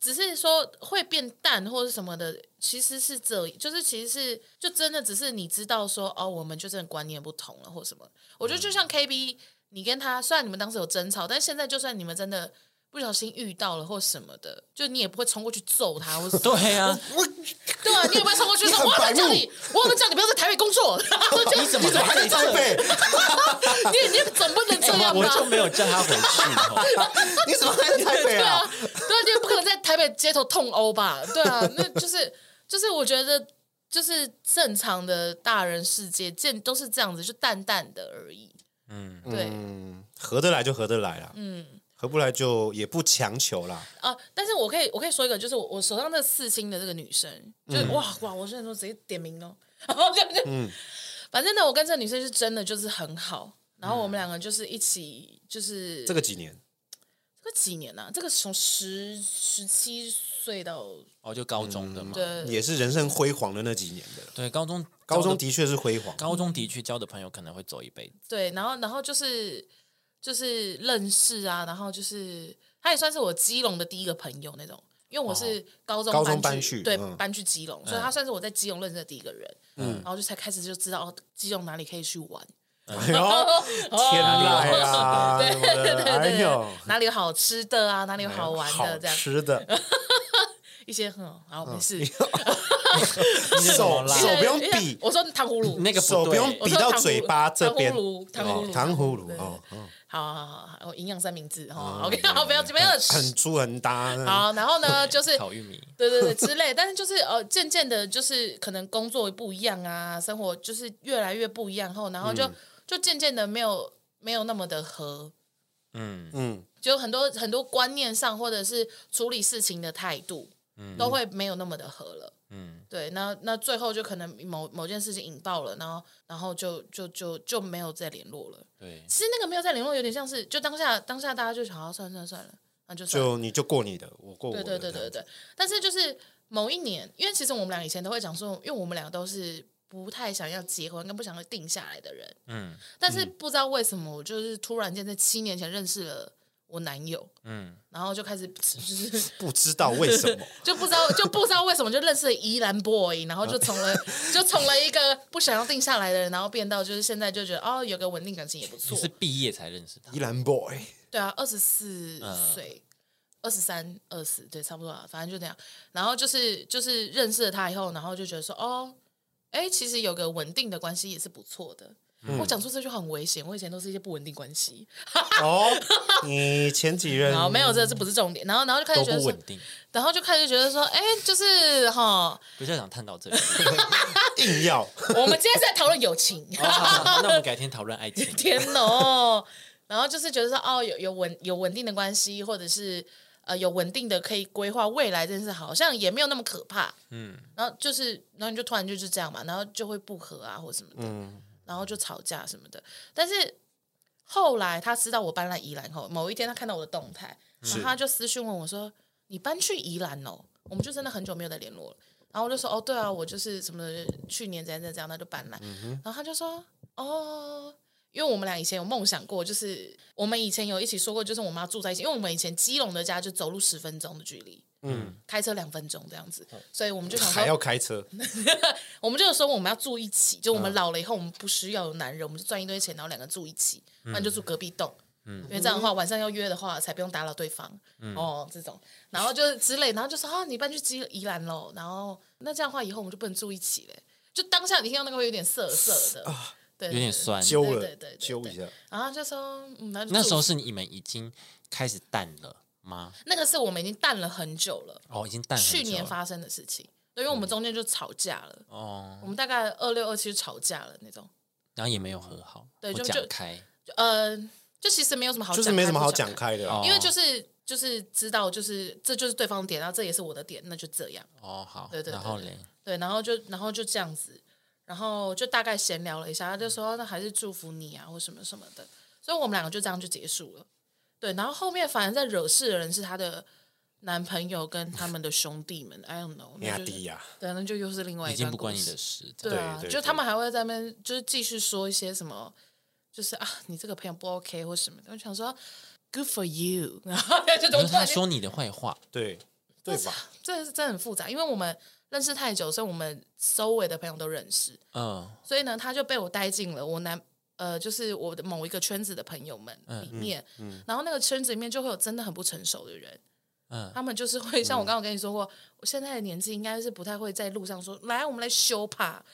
[SPEAKER 3] 只是说会变淡或者什么的，其实是这，就是其实是就真的只是你知道说哦，我们就真的观念不同了或什么。我觉
[SPEAKER 2] 嗯
[SPEAKER 3] 得就像 KB，你跟他虽然你们当时有争吵，但现在就算你们真的不小心遇到了或什么的，就你也不会冲过去揍他或什么。
[SPEAKER 2] 对啊，
[SPEAKER 3] 对啊，你也不会冲过去说
[SPEAKER 1] 你很
[SPEAKER 3] 我要不要
[SPEAKER 1] 白目
[SPEAKER 3] 叫你，我要不要叫你不要在台北工作？然后 就
[SPEAKER 2] 你怎么还
[SPEAKER 1] 还在
[SPEAKER 2] 在
[SPEAKER 1] 台
[SPEAKER 2] 这？
[SPEAKER 1] 北，
[SPEAKER 3] 啊你你总不能这
[SPEAKER 2] 哎
[SPEAKER 3] 样
[SPEAKER 2] 我
[SPEAKER 3] 吧？
[SPEAKER 2] 就没有叫他回去哦。
[SPEAKER 1] 你怎么还在台北
[SPEAKER 3] 对啊
[SPEAKER 1] 啊？，
[SPEAKER 3] 对啊，你也不可能在台北街头痛殴吧？对啊，那就是就是，我觉得就是正常的大人世界见都是这样子，就淡淡的而已。
[SPEAKER 2] 嗯，
[SPEAKER 3] 对
[SPEAKER 1] 嗯，合得来就合得来啦，嗯，合不来就也不强求啦。
[SPEAKER 3] 啊、但是我可以我可以说一个，就是我我手上那四星的这个女生，就、
[SPEAKER 1] 嗯
[SPEAKER 3] 哇哇，我现在说直接点名哦， 然后就是，反正呢，我跟这个女生是真的就是很好，然后我们两个就是一起就是
[SPEAKER 1] 这个几年，
[SPEAKER 3] 这个几年呢、啊，这个从十十七岁到
[SPEAKER 2] 哦，就高中的嘛。
[SPEAKER 3] 嗯对
[SPEAKER 1] 也是人生辉煌的那几年的。
[SPEAKER 2] 对，高中
[SPEAKER 1] 高中
[SPEAKER 2] 交的
[SPEAKER 1] 的确是辉煌，
[SPEAKER 2] 高中的确交的朋友可能会走一辈子。
[SPEAKER 3] 对，然后然后就是就是认识啊，然后就是他也算是我基隆的第一个朋友那种，因为我是高中
[SPEAKER 1] 哦高中
[SPEAKER 3] 搬
[SPEAKER 1] 搬去
[SPEAKER 3] 对、
[SPEAKER 1] 嗯
[SPEAKER 3] 搬去基隆，所以他算是我在基隆认识的第一个人，嗯，然后就才开始就知道哦，基隆哪里可以去玩，
[SPEAKER 1] 哎呦，
[SPEAKER 3] 哦
[SPEAKER 1] 天籁啊，什么的哎呦，
[SPEAKER 3] 哪里有好吃的啊，哪里有好玩
[SPEAKER 1] 好
[SPEAKER 3] 的这样
[SPEAKER 1] 吃 的，
[SPEAKER 3] 一些很好没事，
[SPEAKER 1] 手
[SPEAKER 2] 啦
[SPEAKER 1] 手不用
[SPEAKER 3] 一些
[SPEAKER 1] 比，
[SPEAKER 3] 我说糖葫芦
[SPEAKER 2] 那个
[SPEAKER 1] 手不
[SPEAKER 2] 对
[SPEAKER 1] 用
[SPEAKER 3] 我
[SPEAKER 1] 比
[SPEAKER 3] 说
[SPEAKER 1] 到
[SPEAKER 3] 糖葫
[SPEAKER 1] 嘴
[SPEAKER 3] 芦
[SPEAKER 1] 巴这边，
[SPEAKER 3] 糖葫芦糖葫
[SPEAKER 1] 哦
[SPEAKER 3] 芦
[SPEAKER 1] 糖葫芦
[SPEAKER 3] 对
[SPEAKER 1] 哦，哦
[SPEAKER 3] 好好好好，我营养三明治哦，OK，好，不要不要
[SPEAKER 1] 很粗很搭，
[SPEAKER 3] 好，然 后呢就是
[SPEAKER 2] 烤玉米，
[SPEAKER 3] 对对对，之类。但是就是呃，渐渐的，就是可能工作不一样啊，生活就是越来越不一样后，然后就、就渐渐的没有没有那么的合，
[SPEAKER 2] 嗯，
[SPEAKER 1] 嗯，
[SPEAKER 3] 就很多很多观念上或者是处理事情的态度，都会没有那么的合了。
[SPEAKER 2] 嗯，
[SPEAKER 3] 对，那那最后就可能某某件事情引爆了，然后然后就就就就没有再联络了。
[SPEAKER 2] 对，
[SPEAKER 3] 其实那个没有再联络，有点像是就当下当下大家就想要算了算了算了，那就算了。
[SPEAKER 1] 就你就过你的，我过我
[SPEAKER 3] 对
[SPEAKER 1] 的，
[SPEAKER 3] 对对对对。但是就是某一年，因为其实我们俩以前都会讲说，因为我们俩都是不太想要结婚跟不想要定下来的人，
[SPEAKER 2] 嗯
[SPEAKER 3] 但是不知道为什么，我就是突然间在七年前认识了我男友，
[SPEAKER 2] 嗯，
[SPEAKER 3] 然后就 开始就是
[SPEAKER 1] 不知道为什 么，
[SPEAKER 3] 就不知道就不知道为什么就认识了宜兰 boy，然后就从 了就从了一个不想要定下来的人，然后变到就是现在就觉得哦，有个稳定感情也不
[SPEAKER 2] 你
[SPEAKER 3] 错
[SPEAKER 2] 是。毕业才认识他
[SPEAKER 1] 依，兰 boy，
[SPEAKER 3] 对啊，二十四
[SPEAKER 2] 嗯
[SPEAKER 3] 岁，二十三、二十，对，差不多啊，反正就那样。然后就是就是认识了他以后，然后就觉得说，哦，哎，其实有个稳定的关系也是不错的。
[SPEAKER 2] 嗯
[SPEAKER 3] 我讲出这句话很危险，我以前都是一些不稳定关系，
[SPEAKER 1] 哦，你前几任
[SPEAKER 3] 然后没有这这不是重点，然后然后就开始
[SPEAKER 2] 嗯都
[SPEAKER 3] 觉得
[SPEAKER 2] 不
[SPEAKER 3] 说
[SPEAKER 2] 稳，定，
[SPEAKER 3] 然后就开始觉得说，哎，就是哈，
[SPEAKER 2] 不是想探到这里。
[SPEAKER 1] 硬要，
[SPEAKER 3] 我们今天是在讨论友情，
[SPEAKER 2] 哦好好那我们改天讨论爱情。
[SPEAKER 3] 天哦！ 然后就是觉得说，哦，有有稳有稳定的关系，或者是呃有稳定的可以规划未来这件事，好像也没有那么可怕。嗯，然后就是，然后你就突然就是这样嘛，然后就会不和啊，或什么的，然后就吵架什么的。但是后来他知道我搬来宜兰后，某一天他看到我的动态，然后他就私讯问我说：“你搬去宜兰哦？”我们就真的很久没有再联络了。然后我就说：“哦，对啊，我就是什么去年怎样怎样怎样，他就搬来。
[SPEAKER 1] 嗯
[SPEAKER 3] 然后他就说：“哦。”因为我们俩以前有梦想过，就是我们以前有一起说过，就是我妈住在一起，因为我们以前基隆的家就走路十分钟的距离，嗯，开车两分钟这样子，所以我们 就想说
[SPEAKER 1] 嗯还，要开车，
[SPEAKER 3] 我们就有说我们要住一起，就我们老了以后，我们不需要有男人，我们就赚一堆钱，然后两个住一起，不然就住隔壁栋，因为这样的话晚上要约的话才不用打扰对方，哦，这种，然后就是之类，然后就说啊，你搬去基宜兰喽，然后那这样的话以后我们就不能住一起嘞，就当下你听到那个会有点涩涩的，对，
[SPEAKER 2] 有
[SPEAKER 3] 对
[SPEAKER 2] 点
[SPEAKER 3] 对
[SPEAKER 2] 酸。
[SPEAKER 1] 揪
[SPEAKER 3] 对
[SPEAKER 1] 了
[SPEAKER 3] 对对对
[SPEAKER 1] 揪一下，
[SPEAKER 3] 然后就说，嗯，那就
[SPEAKER 2] 那时候
[SPEAKER 3] 住
[SPEAKER 2] 是你们已经开始淡了吗？
[SPEAKER 3] 那个是我们已经淡了很久了，
[SPEAKER 2] 哦，已经淡很久
[SPEAKER 3] 去
[SPEAKER 2] 了。
[SPEAKER 3] 年发生的事情，对，因为我们中间就吵架了，
[SPEAKER 2] 哦，
[SPEAKER 3] 我们大概二六二七就吵架了那种，
[SPEAKER 2] 然后也没有和好，
[SPEAKER 3] 对
[SPEAKER 2] 我
[SPEAKER 3] 就
[SPEAKER 2] 讲
[SPEAKER 3] 就
[SPEAKER 2] 开，
[SPEAKER 3] 就呃，就其实没有什么好
[SPEAKER 1] 就是
[SPEAKER 3] 讲
[SPEAKER 1] 没什
[SPEAKER 3] 开
[SPEAKER 1] 么
[SPEAKER 3] 不
[SPEAKER 1] 好
[SPEAKER 3] 讲
[SPEAKER 1] 讲开的啊。
[SPEAKER 2] 哦
[SPEAKER 3] 因为就是就是知道，就是这就是对方的点，然后这也是我的点，那就这样。
[SPEAKER 2] 哦，好，
[SPEAKER 3] 对对对
[SPEAKER 2] 然后
[SPEAKER 3] 对
[SPEAKER 2] 嘞，
[SPEAKER 3] 对，然后就然后就这样子，然后就大概闲聊了一下，他就说那还是祝福你啊，或什么什么的，所以我们两个就这样就结束了。对，然后后面反而在惹事的人是她的男朋友跟他们的兄弟们，I don't know，
[SPEAKER 1] 你
[SPEAKER 3] 那
[SPEAKER 1] 阿
[SPEAKER 3] 就是
[SPEAKER 1] 弟呀，
[SPEAKER 3] 对，那就又是另外一
[SPEAKER 2] 已经
[SPEAKER 3] 段
[SPEAKER 2] 不关
[SPEAKER 3] 故
[SPEAKER 2] 你
[SPEAKER 3] 事
[SPEAKER 2] 的事，这样
[SPEAKER 3] 对啊，
[SPEAKER 1] 对对
[SPEAKER 3] 就
[SPEAKER 1] 对
[SPEAKER 3] 他们还会在那边就是继续说一些什么，就是啊，你这个朋友不 OK 或什么的。我想说，Good for you，然后就
[SPEAKER 2] 你
[SPEAKER 3] 突
[SPEAKER 2] 说他
[SPEAKER 3] 然间
[SPEAKER 2] 说你的坏话，
[SPEAKER 1] 对对吧？
[SPEAKER 3] 这是真的很复杂，因为我们认识太久，所以我们周围的朋友都认识，
[SPEAKER 2] 嗯，
[SPEAKER 3] 所以呢，他就被我带进了我男呃，就是我的某一个圈子的朋友们
[SPEAKER 2] 嗯
[SPEAKER 3] 里面，然后那个圈子里面就会有真的很不成熟的人，
[SPEAKER 2] 嗯
[SPEAKER 3] 他们就是会像我刚刚跟你说过，我现在的年纪应该是不太会在路上说来我们来修吧，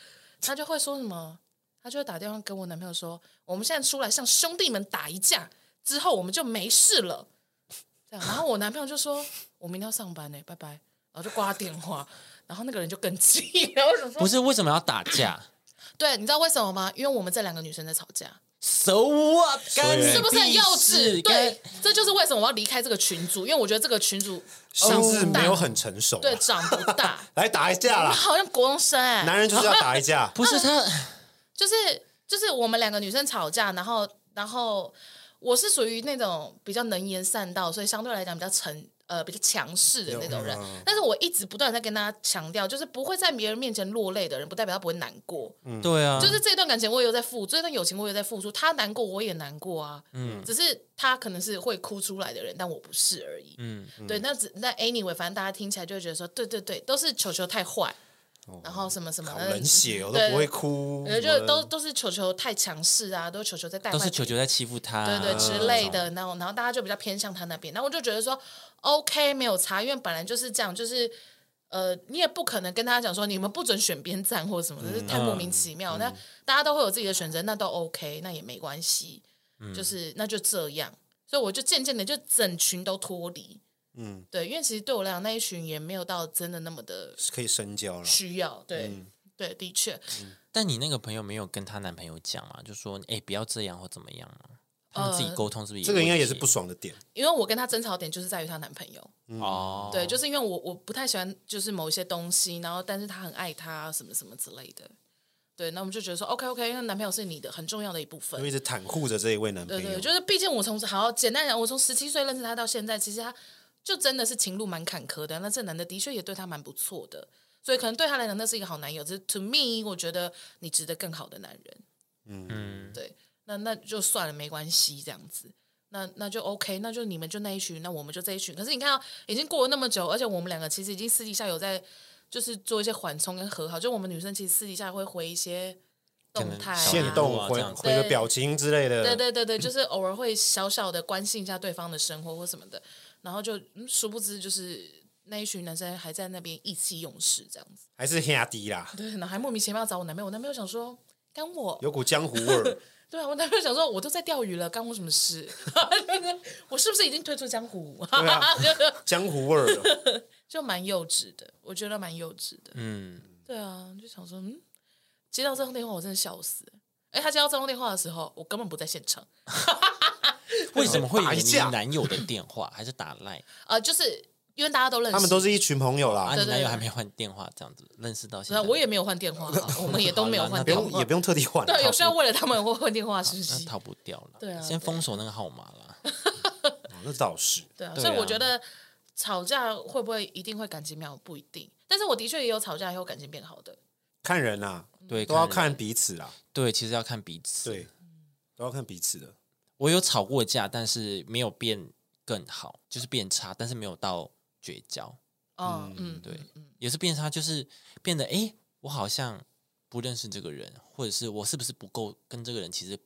[SPEAKER 3] 他就会说什么，他就会打电话跟我男朋友说，我们现在出来像兄弟们打一架之后我们就没事了，这样，然后我男朋友就说，我明天要上班呢、欸拜拜，然后就挂他电话，然后那个人就更气， 然后我想说
[SPEAKER 2] 不是为什么要打架
[SPEAKER 3] 对，你知道为什么吗？因为我们这两个女生在吵架，
[SPEAKER 2] ？So what？干你
[SPEAKER 1] 对
[SPEAKER 3] 是不是很幼
[SPEAKER 2] 屁事
[SPEAKER 3] 稚？
[SPEAKER 2] 干，
[SPEAKER 3] 对，这就是为什么我要离开这个群组，因为我觉得这个群组
[SPEAKER 1] 上次没有很成熟啊，
[SPEAKER 3] 对长不 大，
[SPEAKER 1] 来打一架 啦！
[SPEAKER 3] 好像国中生哎、
[SPEAKER 1] 啊男人就是要打一架
[SPEAKER 3] 嗯
[SPEAKER 2] 不是他，
[SPEAKER 3] 就是就是我们两个女生吵架，然后然后我是属于那种比较能言善道，所以相对来讲比较沉。呃，比较强势的那种人，但是我一直不断地在跟大家强调，就是不会在别人面前落泪的人，不代表他不会难过。
[SPEAKER 1] 嗯
[SPEAKER 2] 对啊，
[SPEAKER 3] 就是这段感情我也有在付，这段友情我也在付出，他难过我也难过啊，嗯，只是他可能是会哭出来的人，但我不是而已，
[SPEAKER 2] 嗯
[SPEAKER 3] 嗯，对，那只那 anyway，反正大家听起来就会觉得说，对对对，都是球球太坏，然后什么什么
[SPEAKER 1] 好
[SPEAKER 3] 的，
[SPEAKER 1] 冷血哦，都
[SPEAKER 3] 对
[SPEAKER 1] 不会哭，什
[SPEAKER 3] 呃，就
[SPEAKER 1] 么
[SPEAKER 3] 都都是球球太强势啊，都是球球在带坏
[SPEAKER 2] 都是球球在欺负他，啊
[SPEAKER 3] 对对之类的，然后然后大家就比较偏向他那边，然后我就觉得说，OK，没有差，因为本来就是这样，就是呃，你也不可能跟大家讲说你们不准选边站或什么的，这太莫名其妙。那大家都会有自己的选择，那都 OK，那也没关系，就是那就这样。所以我就渐渐的就整群都脱离，
[SPEAKER 1] 嗯，
[SPEAKER 3] 对，因为其实对我来讲那一群也没有到真的那么的
[SPEAKER 1] 是可以深交了。
[SPEAKER 3] 需要，对、对，的确，
[SPEAKER 2] 但你那个朋友没有跟她男朋友讲嘛？就说哎，不要这样或怎么样嘛？他们自己
[SPEAKER 3] 呃
[SPEAKER 2] 沟通是不是有问题？
[SPEAKER 1] 这个应该也是不爽的点，
[SPEAKER 3] 因为我跟她争吵点就是在于她男朋友，
[SPEAKER 2] 哦，
[SPEAKER 3] 对，就是因为我我不太喜欢就是某一些东西，然后但是他很爱他什么什么之类的。对，那我们就觉得说 OK OK，那男朋友是你的很重要的一部分
[SPEAKER 1] 就。一直袒护着这一位男
[SPEAKER 3] 对
[SPEAKER 1] 朋
[SPEAKER 3] 对，
[SPEAKER 1] 友，
[SPEAKER 3] 就是毕竟我从好简单讲，我从十七岁认识他到现在，其实他就真的是情路蛮坎坷的。那这男的的确也对他蛮不错的，所以可能对他来讲那是一个好男友。只是 to me，我觉得你值得更好的男人。
[SPEAKER 2] 嗯，
[SPEAKER 3] 对，那那就算了，没关系，这样子，那那就 OK，那就你们就那一群，那我们就这一群。可是你看、到已经过了那么久，而且我们两个其实已经私底下有在，就是做一些缓冲跟和好。就我们女生其实私底下会回一些动态、
[SPEAKER 2] 可能
[SPEAKER 1] 现
[SPEAKER 2] 限
[SPEAKER 3] 啊，
[SPEAKER 1] 动
[SPEAKER 2] 啊这
[SPEAKER 1] 回
[SPEAKER 2] 样子
[SPEAKER 1] 回个
[SPEAKER 3] 对
[SPEAKER 1] 表情之类的，
[SPEAKER 3] 对对对对，就是偶尔会小小的关心一下对方的生活或什么的，然后就、嗯殊不知就是那一群男生还在那边意气用事这样子，
[SPEAKER 1] 还是黑低啦，
[SPEAKER 3] 对，然后还莫名其妙找我男朋友，我男朋友想说干我
[SPEAKER 1] 有股江湖味 儿。
[SPEAKER 3] 对啊，我男朋友想说，我都在钓鱼了，干我什么事？ 我是不是已经退出江湖？
[SPEAKER 1] 啊江湖味儿了，
[SPEAKER 3] 就蛮幼稚的，我觉得蛮幼稚的。
[SPEAKER 2] 嗯，
[SPEAKER 3] 对啊，就想说，嗯，接到这通电话，我真的笑死。哎，他接到这通电话的时候，我根本不在现场。
[SPEAKER 2] 为什么会有
[SPEAKER 1] 打一
[SPEAKER 2] 你
[SPEAKER 1] 架
[SPEAKER 2] 男友的电话还是打 赖
[SPEAKER 3] 呃，就是因为大家都认识，
[SPEAKER 1] 他们都是一群朋友
[SPEAKER 2] 啊？
[SPEAKER 1] 啦，
[SPEAKER 2] 你
[SPEAKER 3] 对对
[SPEAKER 2] 男友
[SPEAKER 3] 对
[SPEAKER 2] 还没换电话，这样子认识到现
[SPEAKER 3] 那
[SPEAKER 2] 在，
[SPEAKER 3] 啊我也没有换电话，啊我们也都没有换
[SPEAKER 1] 不
[SPEAKER 3] 电
[SPEAKER 1] 用
[SPEAKER 3] 话
[SPEAKER 1] 也。不用特地换。
[SPEAKER 3] 对，有需要为了他们我换电话是不
[SPEAKER 2] 那
[SPEAKER 3] 是？
[SPEAKER 2] 逃不掉了，
[SPEAKER 3] 对啊
[SPEAKER 2] 先封锁那个号码啦。
[SPEAKER 1] 哦那倒是
[SPEAKER 3] 对啊，
[SPEAKER 2] 对
[SPEAKER 3] 所以我
[SPEAKER 2] 啊
[SPEAKER 3] 觉得吵架会不会一定会感情变好，不一定。但是我的确也有吵架以后感情变好的。
[SPEAKER 1] 看人啊啦，
[SPEAKER 3] 啊
[SPEAKER 2] 对，
[SPEAKER 1] 都要
[SPEAKER 2] 人
[SPEAKER 1] 看彼此啦，
[SPEAKER 2] 对，其实要看彼此。
[SPEAKER 1] 对，都要看彼此的。
[SPEAKER 2] 我有吵过架，但是没有变更好，就是变差，但是没有到绝交。
[SPEAKER 3] 嗯嗯，
[SPEAKER 2] 对
[SPEAKER 3] 嗯嗯
[SPEAKER 2] 也是变差，就是变得哎，诶我好像不认识这个人，或者是我是不是不够跟这个人其实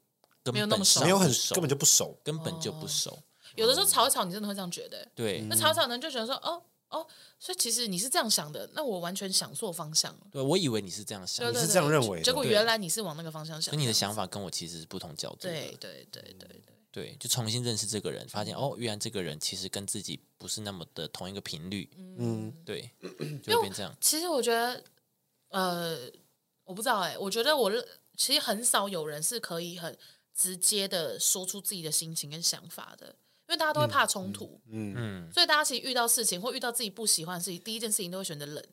[SPEAKER 2] 根
[SPEAKER 3] 没有那么
[SPEAKER 2] 本
[SPEAKER 3] 熟
[SPEAKER 2] 上
[SPEAKER 1] 没有很
[SPEAKER 2] 不熟，
[SPEAKER 1] 根本就不熟，
[SPEAKER 2] 根本就不
[SPEAKER 3] 哦
[SPEAKER 2] 熟。
[SPEAKER 3] 有的时候吵一吵，你真的会这样觉得、
[SPEAKER 2] 对、
[SPEAKER 3] 那吵一吵呢，就觉得说，哦哦，所以其实你是这样想的，那我完全想错方向了。
[SPEAKER 2] 对，我以啊为你是这样想
[SPEAKER 1] 你
[SPEAKER 3] 对，对
[SPEAKER 1] 是
[SPEAKER 3] 对
[SPEAKER 1] 这样认为的
[SPEAKER 3] 结果
[SPEAKER 1] 对
[SPEAKER 3] 原来你是往那个方向想
[SPEAKER 2] 所以。你的想法跟我其实是不同角度的。
[SPEAKER 3] 对对对对对，
[SPEAKER 2] 对，就重新认识这个人，发现哦，原来这个人其实跟自己不是那么的同一个频率，
[SPEAKER 1] 嗯，
[SPEAKER 2] 对，就会变这样。
[SPEAKER 3] 其实我觉得，呃，我不知道哎、我觉得我其实很少有人是可以很直接的说出自己的心情跟想法的，因为大家都会怕冲突，
[SPEAKER 1] 嗯
[SPEAKER 2] 嗯，
[SPEAKER 3] 所以大家其实遇到事情或遇到自己不喜欢的事情，第一件事情都会选择忍。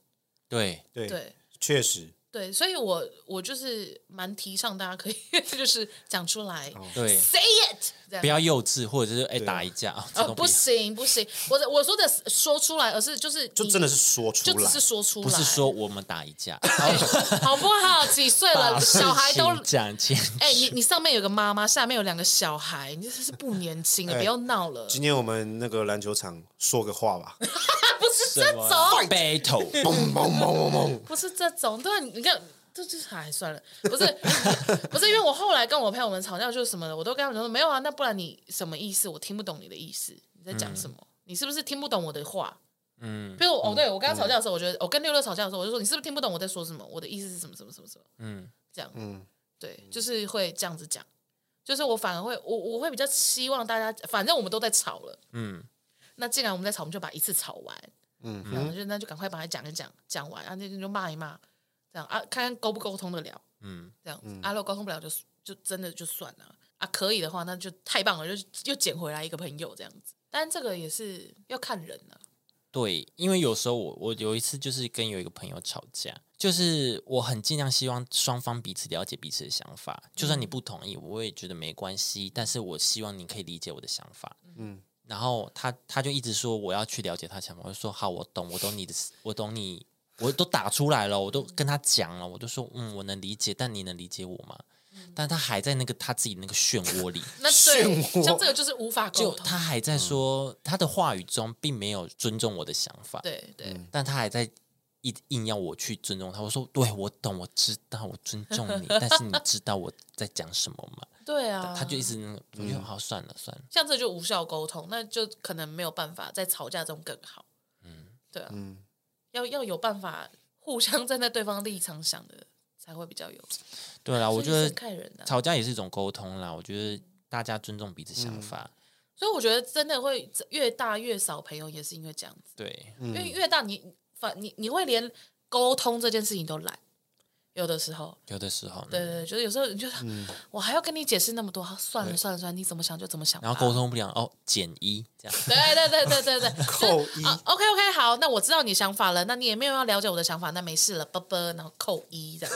[SPEAKER 2] 对，
[SPEAKER 1] 对，
[SPEAKER 3] 对
[SPEAKER 1] 确实，
[SPEAKER 3] 对，所以我我就是蛮提倡大家可以 就是讲出来、
[SPEAKER 1] 哦
[SPEAKER 2] 对，
[SPEAKER 3] s a y it 这样
[SPEAKER 2] 不。要幼稚，或者是哎、打一架啊，这
[SPEAKER 3] 呃，
[SPEAKER 2] 种
[SPEAKER 3] 啊不行不行，我的我说的是说出来，而是就是
[SPEAKER 1] 就
[SPEAKER 3] 你
[SPEAKER 1] 真的是说出
[SPEAKER 3] 就
[SPEAKER 1] 来
[SPEAKER 3] 只，是说出来，
[SPEAKER 2] 不是说我们打一 架，
[SPEAKER 3] 好不好？几岁
[SPEAKER 2] 把
[SPEAKER 3] 了，
[SPEAKER 2] 事
[SPEAKER 3] 小孩都
[SPEAKER 2] 情讲清。
[SPEAKER 3] 哎、你你上面有个妈妈，下面有两个小孩，你这是不年轻了，
[SPEAKER 1] 哎
[SPEAKER 3] 不要闹了。
[SPEAKER 1] 今天我们那个篮球场说个话吧，
[SPEAKER 3] 不是
[SPEAKER 2] 什
[SPEAKER 3] 这
[SPEAKER 2] 么
[SPEAKER 3] 种，
[SPEAKER 2] 啊 battle，
[SPEAKER 3] 不是这种，对啊，你你看。这就是哎，算了，不是 不是，因为我后来跟我朋友们吵架就是什么的，我都跟他们说没有啊，那不然你什么意思？我听不懂你的意思，你在讲什么？你是不是听不懂我的话？
[SPEAKER 2] 嗯，
[SPEAKER 3] 比如我哦，对我跟他吵架的时候，我觉得我跟六六吵架的时候，我就说你是不是听不懂我在说什么？我的意思是什么什么什么什么？
[SPEAKER 2] 嗯
[SPEAKER 3] 嗯，这样，嗯，对，就是会这样子讲，就是我反而会我我会比较希望大家，反正我们都在吵了，
[SPEAKER 2] 嗯
[SPEAKER 3] 嗯，那既然我们在吵，我们就把一次吵完，嗯，然后就那就赶快把它讲一讲，讲完，然后就就骂一骂，这样啊，看看沟不沟通得了，
[SPEAKER 2] 嗯
[SPEAKER 3] 嗯，这样，啊，如果沟通不了就就真的就算了。啊，可以的话，那就太棒了，就又捡回来一个朋友这样子。但这个也是要看人啊了、
[SPEAKER 2] 对，因为有时候我我有一次就是跟有一个朋友吵架，就是我很尽量希望双方彼此了解彼此的想法，就
[SPEAKER 3] 嗯
[SPEAKER 2] 算你不同意，我也觉得没关系，但是我希望你可以理解我的想法。嗯，然后他他就一直说我要去了解他的想法，我就说好，我懂，我懂你的思，我懂你，我都打出来了，我都跟他讲了，我都说嗯，我能理解，但你能理解我吗？
[SPEAKER 3] 嗯
[SPEAKER 2] 但他还在那个他自己那个漩涡里，
[SPEAKER 3] 那
[SPEAKER 1] 漩
[SPEAKER 3] 对，
[SPEAKER 1] 涡
[SPEAKER 3] 像这个就是无法 沟
[SPEAKER 2] 就
[SPEAKER 3] 通。嗯
[SPEAKER 2] 他还在说、他的话语中并没有尊重我的想法，
[SPEAKER 3] 对对，
[SPEAKER 2] 但他还在硬硬要我去尊重他。我说：“对，我懂，我知道，我尊重 你，但是你知道我在讲什么吗
[SPEAKER 3] 对？” 啊，嗯
[SPEAKER 2] 他就一直那个，我就好算了算了，
[SPEAKER 3] 像这就无效沟通，那就可能没有办法在吵架中更好。嗯，对啊，要要有办法互相站在对方立场想的，才会比较有。
[SPEAKER 2] 对啊啦，我觉
[SPEAKER 3] 所以
[SPEAKER 2] 得
[SPEAKER 3] 是看人的啊、
[SPEAKER 2] 吵架也是一种沟通啦。我觉得大家尊重彼此想法，
[SPEAKER 3] 嗯所以我觉得真的会越大越少朋友，也是因为这样子，
[SPEAKER 2] 对，
[SPEAKER 3] 因为越大你反你你会连沟通这件事情都懒，有的时候。
[SPEAKER 2] 有的时候呢，
[SPEAKER 3] 对对，对就是有时候你就、 我还要跟你解释那么多，好算了
[SPEAKER 2] 嗯对
[SPEAKER 3] 算了算了，你怎么想就怎么想吧。
[SPEAKER 2] 然后沟通不良哦，减一这样，
[SPEAKER 3] 对对对对对对，
[SPEAKER 1] 扣一，
[SPEAKER 3] 啊，OK OK，好，那我知道你想法了，那你也没有要了解我的想法，那没事了，啵啵，然后扣一这样。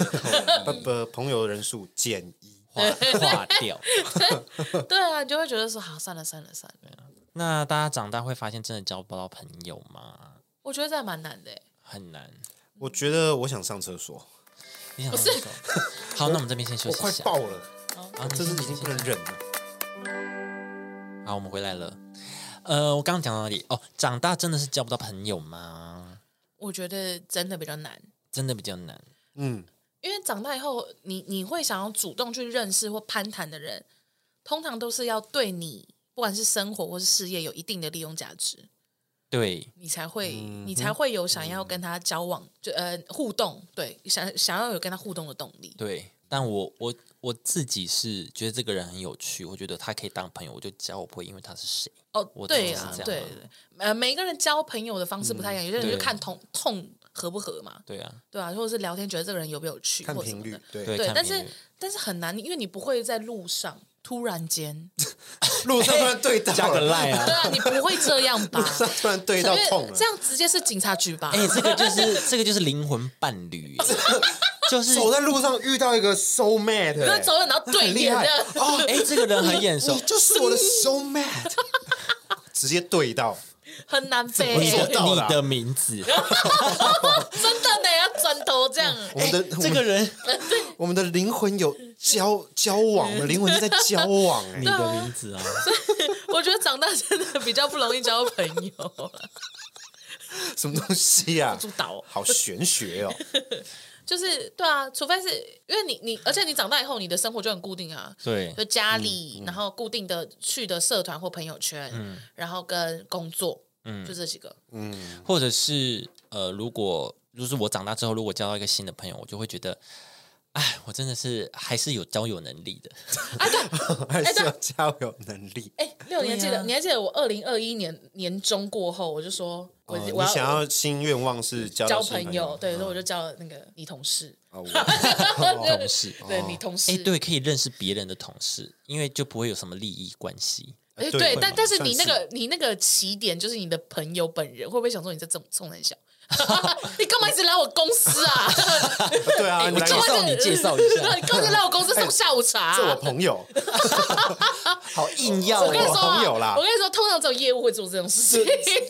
[SPEAKER 1] 不不，朋友人数减一，
[SPEAKER 2] 划划掉。
[SPEAKER 3] 对啊，你就会觉得说，好，算了算了算了。
[SPEAKER 2] 那大家长大会发现真的交不到朋友吗？
[SPEAKER 3] 我觉得这还蛮难的欸，
[SPEAKER 2] 很难。
[SPEAKER 1] 我觉得我想上厕所，
[SPEAKER 2] 你想是？好，那我们这边先休
[SPEAKER 1] 我
[SPEAKER 2] 息一
[SPEAKER 1] 快
[SPEAKER 2] 下。
[SPEAKER 1] 爆了，
[SPEAKER 2] 啊，
[SPEAKER 1] 这
[SPEAKER 2] 这
[SPEAKER 1] 是已经不能忍了。
[SPEAKER 2] 好，我们回来了。呃，我刚刚讲到哪里？哦，长大真的是交不到朋友吗？
[SPEAKER 3] 我觉得真的比较难，
[SPEAKER 2] 真的比较难。
[SPEAKER 1] 嗯，
[SPEAKER 3] 因为长大以后，你你会想要主动去认识或攀谈的人，通常都是要对你不管是生活或是事业有一定的利用价值，
[SPEAKER 2] 对，
[SPEAKER 3] 你才会、
[SPEAKER 2] 嗯
[SPEAKER 3] 你才会有想要跟他交往，就呃互动，对，想想要有跟他互动的动力。
[SPEAKER 2] 对，但我我我自己是觉得这个人很有趣，我觉得他可以当朋友，我就交，我不会因为他是谁。
[SPEAKER 3] 哦
[SPEAKER 2] 我，
[SPEAKER 3] 对
[SPEAKER 2] 自己
[SPEAKER 3] 啊
[SPEAKER 2] 是，这
[SPEAKER 3] 对
[SPEAKER 2] 样啊嗯
[SPEAKER 3] 对，呃，每个人交朋友的方式不太一样，有些人
[SPEAKER 2] 对
[SPEAKER 3] 就看同痛合不合嘛，
[SPEAKER 2] 对啊，
[SPEAKER 3] 对啊，或者是聊天觉得这个人有没有趣，
[SPEAKER 1] 看
[SPEAKER 3] 或者什
[SPEAKER 1] 频率
[SPEAKER 3] 么的，，
[SPEAKER 1] 对，
[SPEAKER 2] 对
[SPEAKER 3] 对
[SPEAKER 2] 看，
[SPEAKER 3] 但
[SPEAKER 2] 频
[SPEAKER 3] 是
[SPEAKER 2] 率
[SPEAKER 3] 但是很难，因为你不会在路上突 然间，
[SPEAKER 1] 路上突然对到
[SPEAKER 2] 加个
[SPEAKER 1] 了，
[SPEAKER 2] 赖
[SPEAKER 3] 对
[SPEAKER 2] 啊！
[SPEAKER 3] 啊，你不会这样吧
[SPEAKER 1] 路？上突然对
[SPEAKER 3] 因
[SPEAKER 1] 到
[SPEAKER 3] 为
[SPEAKER 1] 痛了
[SPEAKER 3] 这，样直接是警察局吧？
[SPEAKER 2] 哎、这个就是这个就是灵魂伴侣 耶，就是
[SPEAKER 1] 走 在路上遇到一个 so mad，
[SPEAKER 3] 不
[SPEAKER 1] 欸
[SPEAKER 3] 是走人，然后对
[SPEAKER 1] 很厉
[SPEAKER 3] 眼这
[SPEAKER 1] 害
[SPEAKER 3] 样，
[SPEAKER 1] 哦，
[SPEAKER 2] 哎、这个人很眼熟
[SPEAKER 1] 你，就是我的 so mad，直接对到，
[SPEAKER 3] 很难飞
[SPEAKER 1] 怎么
[SPEAKER 3] 欸，
[SPEAKER 1] 做到的啊
[SPEAKER 2] 你的名字，
[SPEAKER 3] 真的呢，要转头这样欸。
[SPEAKER 1] 我们的
[SPEAKER 2] 哎这个人
[SPEAKER 1] 我们的灵魂有交交往，我们灵魂是在交往，哎
[SPEAKER 2] 你，的名字啊，
[SPEAKER 3] 我觉得长大真的比较不容易交朋友，
[SPEAKER 1] 什么东西啊
[SPEAKER 3] 主？导
[SPEAKER 1] 好玄学哦，
[SPEAKER 3] 就是对啊，除非是因为你你，而且你长大以后，你的生活就很固定啊，
[SPEAKER 2] 对
[SPEAKER 3] 就家
[SPEAKER 1] 嗯
[SPEAKER 3] 里，然后固定的去的社团或朋友圈，然后跟工作，
[SPEAKER 1] 嗯
[SPEAKER 3] 就这几个。
[SPEAKER 2] 或者是呃，如果就是我长大之后，如果交到一个新的朋友，我就会觉得，哎，我真的是还是有交友能力的。
[SPEAKER 1] 还是要交友能力。
[SPEAKER 3] 哎，六年记
[SPEAKER 2] 对
[SPEAKER 3] 得
[SPEAKER 2] 啊
[SPEAKER 3] 你还记得我二零二一年年中过后，我就说我
[SPEAKER 1] 哦
[SPEAKER 3] 哎我
[SPEAKER 1] 你想要新愿望是交
[SPEAKER 3] 交
[SPEAKER 1] 到新
[SPEAKER 3] 朋友，
[SPEAKER 1] 友，嗯
[SPEAKER 3] 对，所以我就交了那个你同事，
[SPEAKER 1] 哦我
[SPEAKER 3] 同
[SPEAKER 2] 事
[SPEAKER 3] 对你同事
[SPEAKER 2] 哎，，对，可以认识别人的同事，因为就不会有什么利益关系。
[SPEAKER 3] 哎，
[SPEAKER 1] 对
[SPEAKER 3] 对，
[SPEAKER 1] 会
[SPEAKER 3] 但
[SPEAKER 1] 嘛
[SPEAKER 3] 但是
[SPEAKER 1] 算
[SPEAKER 3] 你那
[SPEAKER 1] 是
[SPEAKER 3] 个你那个起点就是你的朋友本人，会不会想说你在这冲很小？ 你干嘛一直来我公 司啊？
[SPEAKER 1] 对啊，
[SPEAKER 2] 哎
[SPEAKER 1] 你
[SPEAKER 2] 我
[SPEAKER 1] 来
[SPEAKER 2] 介
[SPEAKER 1] 我
[SPEAKER 2] 绍你，介绍一 下，
[SPEAKER 3] 你干嘛一直来我公司
[SPEAKER 2] 哎
[SPEAKER 3] 送下午茶啊？
[SPEAKER 1] 这我朋 友，
[SPEAKER 2] 好硬要
[SPEAKER 3] 我跟你
[SPEAKER 2] 哦。
[SPEAKER 3] 说
[SPEAKER 1] 我
[SPEAKER 3] 啊
[SPEAKER 1] 朋友啦
[SPEAKER 3] 我跟你说，通常只有业务会做这种事情。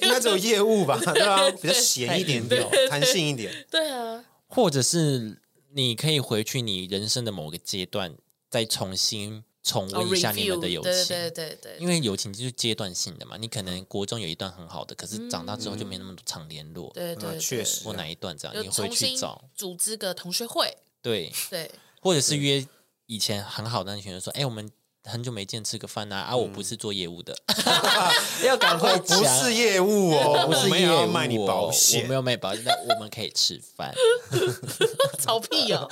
[SPEAKER 1] 应该只有业务吧，对啊，比较闲一点点，弹性一点。
[SPEAKER 3] 对啊，
[SPEAKER 2] 或者是你可以回去你人生的某个阶段，再重新重
[SPEAKER 3] 哦
[SPEAKER 2] 温一下你们的
[SPEAKER 3] review，
[SPEAKER 2] 友
[SPEAKER 3] 对
[SPEAKER 2] 情。
[SPEAKER 3] 对嗯对对
[SPEAKER 2] 因为友情就是阶段性的嘛，你可能国中有一段很好的，可是长大之后就没那么多常联络，
[SPEAKER 3] 对对嗯对，
[SPEAKER 1] 啊确实
[SPEAKER 2] 或哪一段这样，
[SPEAKER 3] 就
[SPEAKER 2] 啊你会
[SPEAKER 3] 重
[SPEAKER 2] 去
[SPEAKER 3] 新
[SPEAKER 2] 找，
[SPEAKER 3] 组织个同学会，
[SPEAKER 2] 对，
[SPEAKER 3] 对，
[SPEAKER 2] 或者是约以前很好的那群人说，哎，我们很久没见，吃个饭啊，
[SPEAKER 1] 嗯
[SPEAKER 2] 啊，我不是做业务的，要赶快
[SPEAKER 1] 我不
[SPEAKER 2] 讲
[SPEAKER 1] 是业务哦，
[SPEAKER 2] 我不 是
[SPEAKER 1] 我没
[SPEAKER 2] 业
[SPEAKER 1] 有
[SPEAKER 2] 务
[SPEAKER 1] 要
[SPEAKER 2] 哦，
[SPEAKER 1] 卖你保
[SPEAKER 2] 我
[SPEAKER 1] 险
[SPEAKER 2] 没，有卖保险，但我们可以吃 饭。
[SPEAKER 3] 吵屁哦，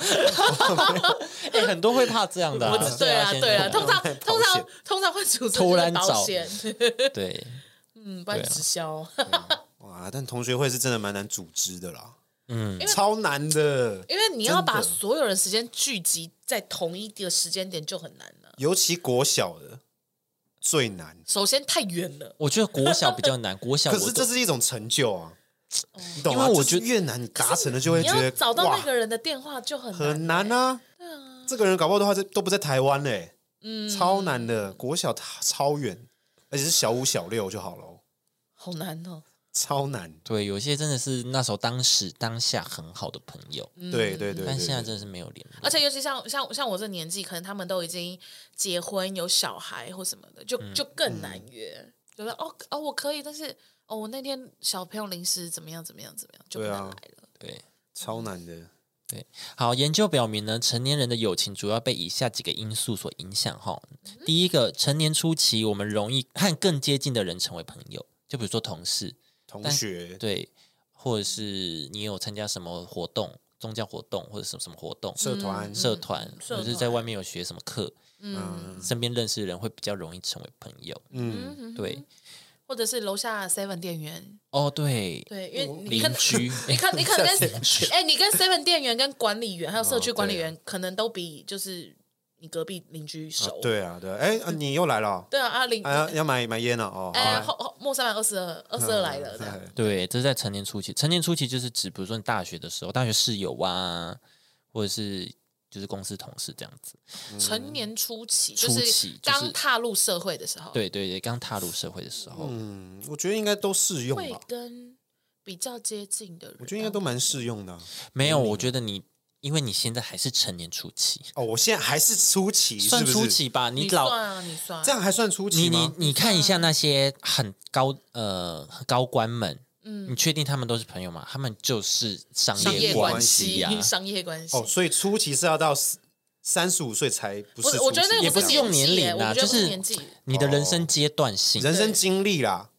[SPEAKER 2] 哎，很多会怕这样的啊，
[SPEAKER 3] 我知对啊
[SPEAKER 2] 先
[SPEAKER 3] 对啊，
[SPEAKER 2] 讲
[SPEAKER 3] 通常
[SPEAKER 1] 卖保
[SPEAKER 3] 通
[SPEAKER 1] 险
[SPEAKER 3] 常通常会组织
[SPEAKER 2] 突然
[SPEAKER 3] 就是
[SPEAKER 2] 找
[SPEAKER 3] 保险，
[SPEAKER 2] 对，
[SPEAKER 3] 嗯，不然
[SPEAKER 2] 对啊
[SPEAKER 3] 直销，
[SPEAKER 1] 哇！但同学会是真的蛮难组织的啦，
[SPEAKER 2] 嗯，
[SPEAKER 1] 超难的，
[SPEAKER 3] 因为你要把
[SPEAKER 1] 真的
[SPEAKER 3] 所有人时间聚集在同一个时间点就很难了。
[SPEAKER 1] 尤其国小的最难。
[SPEAKER 3] 首先太远了，
[SPEAKER 2] 我觉得国小比较难，国小
[SPEAKER 1] 可
[SPEAKER 2] 我
[SPEAKER 1] 是
[SPEAKER 2] 都
[SPEAKER 1] 这是一种成就啊，你懂
[SPEAKER 2] 因为
[SPEAKER 1] 吗？
[SPEAKER 2] 我
[SPEAKER 1] 就是
[SPEAKER 2] 觉
[SPEAKER 1] 越难你达成的，就会
[SPEAKER 3] 你
[SPEAKER 1] 觉
[SPEAKER 3] 要
[SPEAKER 1] 得
[SPEAKER 3] 找到
[SPEAKER 1] 哇
[SPEAKER 3] 那个人的电话就很难
[SPEAKER 1] 很难啊。这个人搞不好的话，这都不在台湾嘞，嗯，超难的。国小超远，而且是小五小六就好了，
[SPEAKER 3] 好难哦。
[SPEAKER 1] 超难。
[SPEAKER 2] 对，有些真的是那时候当时当下很好的朋友，
[SPEAKER 1] 对嗯对对，
[SPEAKER 2] 但
[SPEAKER 1] 对
[SPEAKER 2] 现在
[SPEAKER 1] 对
[SPEAKER 2] 真的是没有联络。
[SPEAKER 3] 而且尤其像像像我这年纪，可能他们都已经结婚有小孩或什么的，
[SPEAKER 1] 嗯
[SPEAKER 3] 就就更难约。就是哦哦，我可以，但是哦，我那天小朋友临时怎么样怎么样怎么样，就不
[SPEAKER 1] 对
[SPEAKER 3] 能
[SPEAKER 1] 啊
[SPEAKER 3] 来了。
[SPEAKER 2] 对，
[SPEAKER 1] 超难的。
[SPEAKER 2] 好，研究表明呢，成年人的友情主要被以下几个因素所影响哈。第一个，成年初期我们容易和更接近的人成为朋友，就比如说同事，
[SPEAKER 1] 同
[SPEAKER 2] 但
[SPEAKER 1] 学
[SPEAKER 2] 对，或者是你有参加什么活动，宗教活动或者什么什么活动。
[SPEAKER 1] 社
[SPEAKER 3] 嗯
[SPEAKER 1] 团
[SPEAKER 2] 社团，
[SPEAKER 3] 社
[SPEAKER 2] 或者是在外面有学什么课，
[SPEAKER 1] 嗯
[SPEAKER 2] 身边认识的人会比较容易成为朋友。
[SPEAKER 1] 嗯，
[SPEAKER 2] 对，
[SPEAKER 3] 或者是楼下 Seven 店员，
[SPEAKER 2] 哦，对，
[SPEAKER 3] 对，因
[SPEAKER 1] 哦
[SPEAKER 3] 为你
[SPEAKER 2] 邻
[SPEAKER 3] 可能
[SPEAKER 2] 居，
[SPEAKER 3] 你可你 可能跟哎、你跟 Seven 店员、跟管理员还有社
[SPEAKER 1] 哦
[SPEAKER 3] 区管理员，可能都比就是你隔壁邻居
[SPEAKER 1] 啊
[SPEAKER 3] 熟。
[SPEAKER 1] 对啊对啊，哎，啊你又来了哦，
[SPEAKER 3] 对啊，啊邻
[SPEAKER 1] 哎呀要买买烟了哦，好
[SPEAKER 3] 哎呀
[SPEAKER 1] 啊
[SPEAKER 3] 后后莫三版二十二二十二来了，这样
[SPEAKER 1] 哎
[SPEAKER 2] 对，这是在成年初期。成年初期就是指，比如说你大学的时候，大学室友啊，或者是就是公司同事这样子。
[SPEAKER 1] 嗯
[SPEAKER 3] 成年初期就
[SPEAKER 2] 初期
[SPEAKER 3] 是
[SPEAKER 2] 就是
[SPEAKER 3] 刚踏入社会的时候，
[SPEAKER 2] 对对对，刚踏入社会的时候，
[SPEAKER 1] 嗯我觉得应该都适用
[SPEAKER 3] 会
[SPEAKER 1] 吧，
[SPEAKER 3] 跟比较接近的人，啊
[SPEAKER 1] 我觉得应该都蛮适用的啊。
[SPEAKER 2] 没有，我觉得你因为你现在还是成年初期，
[SPEAKER 1] 哦，我现在还是初期，是
[SPEAKER 2] 算
[SPEAKER 1] 不是
[SPEAKER 2] 初，期吧？
[SPEAKER 3] 你
[SPEAKER 2] 老
[SPEAKER 3] 算嗯啊，你算
[SPEAKER 1] 这样还算初期
[SPEAKER 2] 你你
[SPEAKER 1] 吗？
[SPEAKER 2] 你看一下那些很高呃高官们，
[SPEAKER 3] 嗯
[SPEAKER 2] 你确定他们都是朋友吗？他们就是商
[SPEAKER 3] 商业
[SPEAKER 2] 关
[SPEAKER 3] 关
[SPEAKER 2] 系
[SPEAKER 3] 系
[SPEAKER 2] 呀、，
[SPEAKER 3] 商业关系
[SPEAKER 1] 哦，。所以初期是要到三十五岁才不是
[SPEAKER 3] 不
[SPEAKER 1] 初
[SPEAKER 3] 是，
[SPEAKER 1] 期，
[SPEAKER 3] 我觉得那
[SPEAKER 2] 也
[SPEAKER 3] 个
[SPEAKER 2] 不是
[SPEAKER 3] 是
[SPEAKER 2] 用
[SPEAKER 3] 纪
[SPEAKER 2] 年
[SPEAKER 3] 耶
[SPEAKER 2] 龄
[SPEAKER 3] 我
[SPEAKER 2] 啊
[SPEAKER 3] 觉得不
[SPEAKER 2] 就是是
[SPEAKER 3] 年纪。
[SPEAKER 2] 你的人生阶段性。
[SPEAKER 1] 哦人生经历啦，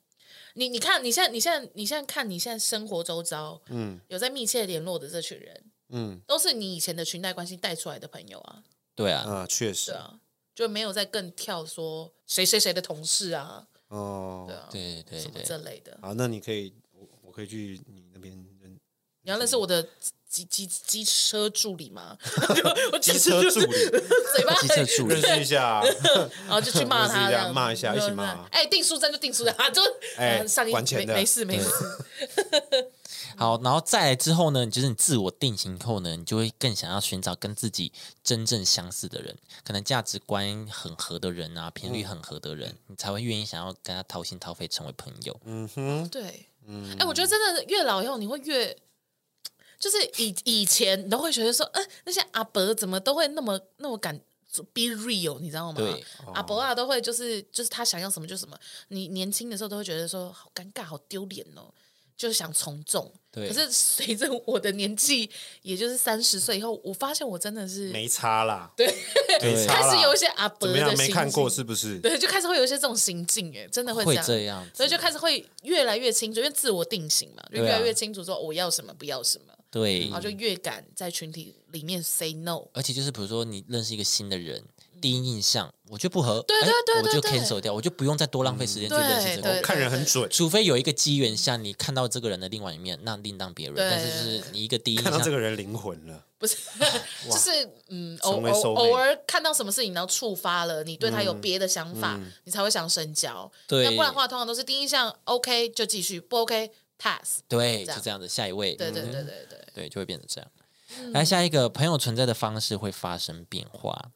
[SPEAKER 3] 你你看，你现在你现在你现在看你现在生活周遭，
[SPEAKER 1] 嗯
[SPEAKER 3] 有在密切联络的这群人，
[SPEAKER 1] 嗯
[SPEAKER 3] 都是你以前的裙带关系带出来的朋友啊，
[SPEAKER 2] 对啊，
[SPEAKER 1] 啊，确
[SPEAKER 3] 对
[SPEAKER 1] 实
[SPEAKER 3] 啊，就没有再更跳说谁谁谁的同事啊，
[SPEAKER 1] 哦
[SPEAKER 3] 对。啊，
[SPEAKER 2] 对对
[SPEAKER 3] 什么
[SPEAKER 2] 对
[SPEAKER 3] 这类的。
[SPEAKER 1] 好，那你可以，我我可以去你那边 认
[SPEAKER 3] 你要认识
[SPEAKER 1] 嗯
[SPEAKER 3] 我的机机机车助理 吗？我
[SPEAKER 1] 机车助理
[SPEAKER 3] 嘴巴
[SPEAKER 2] 机车助
[SPEAKER 1] 认
[SPEAKER 2] 理，
[SPEAKER 1] 识一下，
[SPEAKER 3] 然后就去骂他，
[SPEAKER 1] 认识一下
[SPEAKER 3] 这样
[SPEAKER 1] 骂一下一起骂
[SPEAKER 3] 对对对哎，定数针就定数针，啊，就
[SPEAKER 1] 哎
[SPEAKER 3] 上一
[SPEAKER 1] 管钱的
[SPEAKER 3] 没没事没事。
[SPEAKER 2] 好，然后再来之后呢，你就是你自我定型后呢，你就会更想要寻找跟自己真正相似的人，可能价值观很合的人啊，频率
[SPEAKER 3] 嗯
[SPEAKER 2] 很合的人，你才会愿意想要跟他掏心掏肺成为朋友。
[SPEAKER 1] 嗯哼，
[SPEAKER 3] 对，
[SPEAKER 1] 嗯
[SPEAKER 3] 哎，我觉得真的越老以后，你会越就是以以前你都会觉得说，哎，那些阿伯怎么都会那么那么敢。Be real，你知道吗？
[SPEAKER 2] 对
[SPEAKER 3] 阿伯啊，都会就是就是他想要什么就什么。你年轻的时候都会觉得说好尴尬、好丢脸哦。就想从众。
[SPEAKER 2] 对
[SPEAKER 3] 可是随着我的年纪，也就是三十岁以后，我发现我真的是
[SPEAKER 1] 没差 啦，对，没
[SPEAKER 2] 对
[SPEAKER 1] 差
[SPEAKER 3] 开
[SPEAKER 1] 啦，
[SPEAKER 3] 始有一些阿伯
[SPEAKER 1] 怎
[SPEAKER 3] 的
[SPEAKER 1] 么样？没
[SPEAKER 3] 行
[SPEAKER 1] 看过
[SPEAKER 3] 径
[SPEAKER 1] 是不是？哦
[SPEAKER 3] 对，就开始会有一些这种行径，哎，真的会这
[SPEAKER 2] 会
[SPEAKER 3] 样，
[SPEAKER 2] 这样子，
[SPEAKER 3] 所以就开始会越来越清楚，因为自我定型嘛，就
[SPEAKER 2] 对
[SPEAKER 3] 越
[SPEAKER 2] 啊嗯
[SPEAKER 3] 来越清楚说我要什么，不要什么，
[SPEAKER 2] 对
[SPEAKER 3] 然，后就越敢在群体里面 say no。
[SPEAKER 2] 而且就是比如说你认识一个新的人，第一印象我觉得不合，
[SPEAKER 3] 对
[SPEAKER 2] 哎
[SPEAKER 3] 对对
[SPEAKER 2] 我就
[SPEAKER 3] 对对
[SPEAKER 2] cancel 掉，我就不用再多浪费时间去
[SPEAKER 3] 嗯
[SPEAKER 2] 认识这个
[SPEAKER 3] 对
[SPEAKER 2] 人
[SPEAKER 3] 对。
[SPEAKER 1] 看人很准，
[SPEAKER 2] 除非有一个机缘下，你看到这个人的另外一面，那另当别论。
[SPEAKER 3] 对
[SPEAKER 2] 但是就是你一个第一印
[SPEAKER 1] 看到这
[SPEAKER 2] 象，
[SPEAKER 1] 个人灵魂了，
[SPEAKER 3] 不是，就是嗯，偶
[SPEAKER 1] 成为
[SPEAKER 3] 偶
[SPEAKER 1] soulmate 嗯
[SPEAKER 3] 偶尔看到什么事情，然后触发了你对他有别的想法，你才会想深交。
[SPEAKER 2] 对
[SPEAKER 3] 那不然的话，通常都是第一印象 OK 就继续，不 OK pass。
[SPEAKER 2] 对，就
[SPEAKER 3] 这样
[SPEAKER 2] 这样子，下一位，
[SPEAKER 3] 对对
[SPEAKER 2] 嗯
[SPEAKER 3] 对对对，
[SPEAKER 2] 对，就会变成这样。
[SPEAKER 3] 嗯
[SPEAKER 2] 来下一个，朋友存在的方式会发生变化。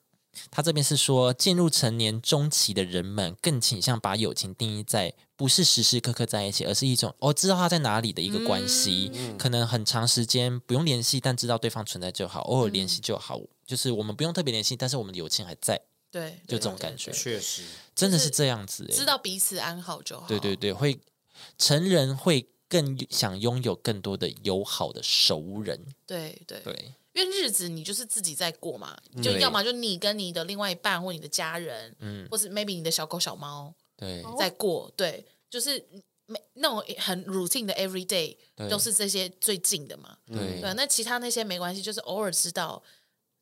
[SPEAKER 2] 他这边是说，进入成年中期的人们更倾向把友情定义在不是时时刻刻在一起，而是一种哦知道他在哪里的一个关系，
[SPEAKER 3] 嗯
[SPEAKER 2] 可能很长时间不用联系，但知道对方存在就好，偶尔联系
[SPEAKER 3] 嗯
[SPEAKER 2] 就好，就是我们不用特别联系，但是我们的友情还在，
[SPEAKER 3] 对，
[SPEAKER 2] 就这
[SPEAKER 3] 对
[SPEAKER 2] 种
[SPEAKER 3] 对
[SPEAKER 2] 感
[SPEAKER 3] 对
[SPEAKER 2] 觉，
[SPEAKER 1] 确实，
[SPEAKER 2] 真的是这样子、欸，
[SPEAKER 3] 知道彼此安好就好。
[SPEAKER 2] 对对对，会成人会更想拥有更多的友好的熟人，
[SPEAKER 3] 对对
[SPEAKER 2] 对
[SPEAKER 3] 因为日子你就是自己在过嘛，就
[SPEAKER 2] 对
[SPEAKER 3] 要么就你跟你的另外一半或你的家人，嗯，或是 maybe 你的小狗小猫
[SPEAKER 2] 对
[SPEAKER 3] 在过，对，就是每那种很 routine 的 every day
[SPEAKER 2] 对嗯
[SPEAKER 3] 都是这些最近的嘛，
[SPEAKER 2] 对
[SPEAKER 3] 对啊，那其他那些没关系，就是偶尔知道，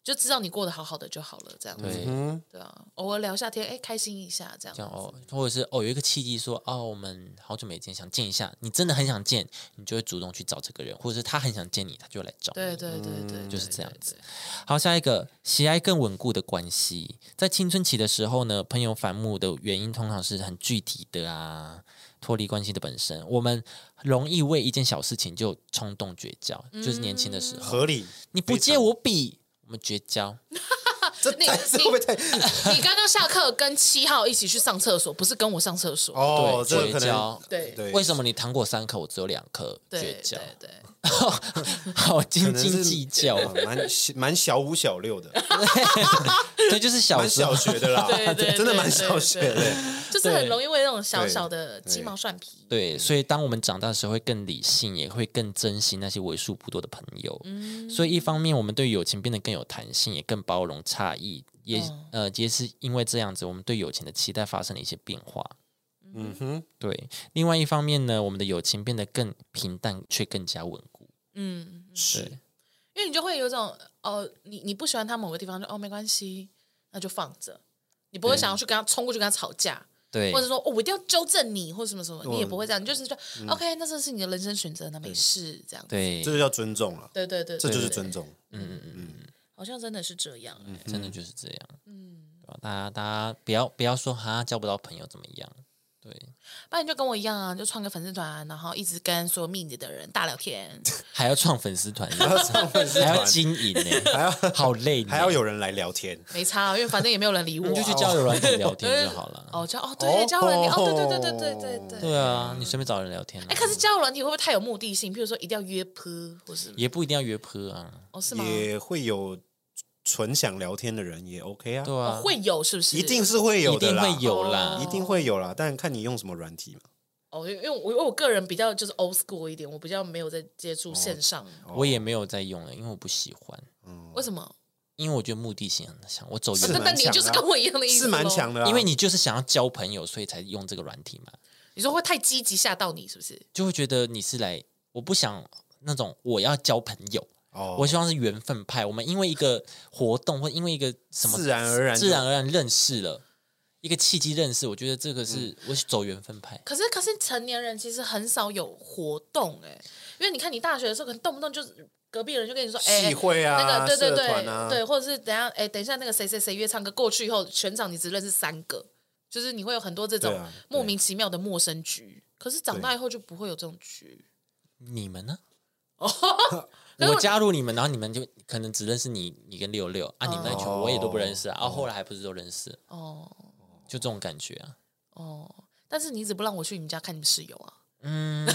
[SPEAKER 3] 就知道你过得好好的就好了，这样子，
[SPEAKER 2] 对，
[SPEAKER 1] 嗯，
[SPEAKER 3] 对啊，偶尔聊下天，哎，开心一下这样
[SPEAKER 2] 这样
[SPEAKER 3] 子，
[SPEAKER 2] 哦，或者是哦有一个契机说哦我们好久没见，想见一下，你真的很想见，你就会主动去找这个人，或者是他很想见你，他就会来找你。
[SPEAKER 3] 对对对对，
[SPEAKER 2] 就是
[SPEAKER 3] 对
[SPEAKER 2] 这样子。
[SPEAKER 3] 对
[SPEAKER 2] 好，下一个，喜爱更稳固的关系，在青春期的时候呢，朋友反目的原因通常是很具体的啊，脱离关系的本身，我们容易为一件小事情就冲动绝交，就是年轻的时候，
[SPEAKER 1] 合理。
[SPEAKER 2] 你不借我笔，我们绝交，
[SPEAKER 1] 这
[SPEAKER 3] 你
[SPEAKER 1] 太这会不会太？
[SPEAKER 3] 对你刚刚下课跟七号一起去上厕所，不是跟我上厕所，
[SPEAKER 1] 哦，这
[SPEAKER 2] 对
[SPEAKER 1] 个可
[SPEAKER 2] 绝
[SPEAKER 1] 能
[SPEAKER 2] 交
[SPEAKER 3] 对
[SPEAKER 1] 对，
[SPEAKER 2] 为什么你糖果三颗，我只有两颗，绝
[SPEAKER 3] 对
[SPEAKER 2] 交
[SPEAKER 3] 对，对。
[SPEAKER 2] 好斤
[SPEAKER 1] 可能
[SPEAKER 2] 斤
[SPEAKER 1] 是
[SPEAKER 2] 计较啊，
[SPEAKER 1] 哦蛮蛮小五小六的，
[SPEAKER 2] 对，就是小
[SPEAKER 1] 蛮
[SPEAKER 2] 时
[SPEAKER 1] 小
[SPEAKER 2] 候，
[SPEAKER 1] 学的啦，
[SPEAKER 3] 对对对
[SPEAKER 1] 真的蛮小学
[SPEAKER 3] 对
[SPEAKER 1] 的。
[SPEAKER 3] 就是很
[SPEAKER 2] 对
[SPEAKER 3] 容易为那种小小的鸡毛蒜皮。
[SPEAKER 2] 对，所以当我们长大的时候，会更理性，也会更珍惜那些为数不多的朋友。
[SPEAKER 3] 嗯
[SPEAKER 2] 所以一方面，我们对友情变得更有弹性，也更包容差异，也、
[SPEAKER 3] 哦
[SPEAKER 2] 呃，也是因为这样子，我们对友情的期待发生了一些变化。
[SPEAKER 1] 嗯哼，
[SPEAKER 2] 对，另外一方面呢，我们的友情变得更平淡，却更加稳固。
[SPEAKER 3] 嗯，
[SPEAKER 1] 是
[SPEAKER 2] 对，
[SPEAKER 3] 因为你就会有一种哦，你你不喜欢他某个地方，就哦没关系，那就放着，你不会想要去跟他冲过去跟他吵架，
[SPEAKER 2] 对
[SPEAKER 3] 或，者说哦我一定要纠正你或什么什么，你也不会这样，你就是说 OK，那这是你的人生选择，那没事这样。
[SPEAKER 2] 嗯对
[SPEAKER 1] 这，就叫尊重了，
[SPEAKER 3] 对对对，
[SPEAKER 1] 这就是
[SPEAKER 3] 对
[SPEAKER 1] 尊， 重。
[SPEAKER 3] 好像真的是这样。哎
[SPEAKER 2] 真的就是这样。嗯，大家大家不要不要说哈交不到朋友怎么样？对，
[SPEAKER 3] 不然你就跟我一样啊，就创个粉丝团，然后一直跟所有密你的人大聊天。
[SPEAKER 2] 还要创粉丝团，
[SPEAKER 1] 还要上 粉丝
[SPEAKER 2] 还要
[SPEAKER 1] 团，
[SPEAKER 2] 经营呢、
[SPEAKER 1] 还要
[SPEAKER 2] 好累呢，
[SPEAKER 1] 还要有人来聊天，
[SPEAKER 3] 没差啊，因为反正也没有人理我 啊。
[SPEAKER 2] 你就去交友软体聊天就 好了。
[SPEAKER 3] 哦，交哦，
[SPEAKER 1] 哦
[SPEAKER 3] 对，交友软体，哦，对对对对对对
[SPEAKER 2] 对啊，你随便找人聊天、啊
[SPEAKER 3] 哎，，可是交友软体会不会太有目的性？譬如说一定要约炮，或是
[SPEAKER 2] 也不一定要约坡啊。
[SPEAKER 3] 哦是吗？
[SPEAKER 1] 也会有纯想聊天的人，也 OK 啊，
[SPEAKER 2] 对
[SPEAKER 3] 哦
[SPEAKER 2] 啊，
[SPEAKER 3] 会有是不是？
[SPEAKER 1] 一定是会有
[SPEAKER 2] 一
[SPEAKER 1] 的
[SPEAKER 2] 定
[SPEAKER 1] 啦，哦
[SPEAKER 2] 会有啦
[SPEAKER 1] 一。定会有啦，但看你用什么软体嘛。
[SPEAKER 3] 哦，因为我因为我个人比较就是 old school 一点，我比较没有在接
[SPEAKER 1] 哦
[SPEAKER 3] 触线上，
[SPEAKER 2] 我也没有在用了，因为我不喜欢，
[SPEAKER 3] 为什么？
[SPEAKER 2] 因为我觉得目的性很强，我走远
[SPEAKER 1] 是
[SPEAKER 3] 那
[SPEAKER 2] 了。
[SPEAKER 1] 蛮
[SPEAKER 3] 但你
[SPEAKER 1] 强
[SPEAKER 3] 就是
[SPEAKER 1] 的啊
[SPEAKER 3] 跟我一样的意思，
[SPEAKER 1] 是蛮。强的啊，
[SPEAKER 2] 因为你就是想要交朋友，所以才用这个软体嘛，
[SPEAKER 3] 你说会太积极吓到你是不是？
[SPEAKER 2] 就会觉得你是来，我不想那种我要交朋友，
[SPEAKER 1] 哦
[SPEAKER 2] 我希望是缘分派。我们因为一个活动或因为一个什么
[SPEAKER 1] 自然而然就
[SPEAKER 2] 自然而然认识了，一个契机认识，我觉得这个
[SPEAKER 1] 嗯
[SPEAKER 2] 是我是走缘分派。
[SPEAKER 3] 可是可是成年人其实很少有活动哎、因为你看你大学的时候，可能动不动就是隔壁人就跟你说，哎、
[SPEAKER 1] 系会啊
[SPEAKER 3] 那个对对
[SPEAKER 1] 社
[SPEAKER 3] 对
[SPEAKER 1] 团、啊
[SPEAKER 3] 对，或者是等一下哎、等一下那个谁谁谁约唱歌过去以后，全场你只认识三个，就是你会有很多这
[SPEAKER 1] 对
[SPEAKER 3] 种
[SPEAKER 1] 啊对
[SPEAKER 3] 莫名其妙的陌生局。可是长大以后就不会有这种局，
[SPEAKER 2] 你们 呢？
[SPEAKER 3] 可是
[SPEAKER 2] 我
[SPEAKER 3] 我
[SPEAKER 2] 加入你们，然后你们就可能只认识你，你跟六六啊，你们那群
[SPEAKER 1] 哦
[SPEAKER 2] 我也都不认识啊，啊后来还不是都认识，
[SPEAKER 3] 哦
[SPEAKER 2] 就这种感觉啊。
[SPEAKER 3] 哦。但是你一直不让我去你们家看你们室友啊，
[SPEAKER 2] 嗯，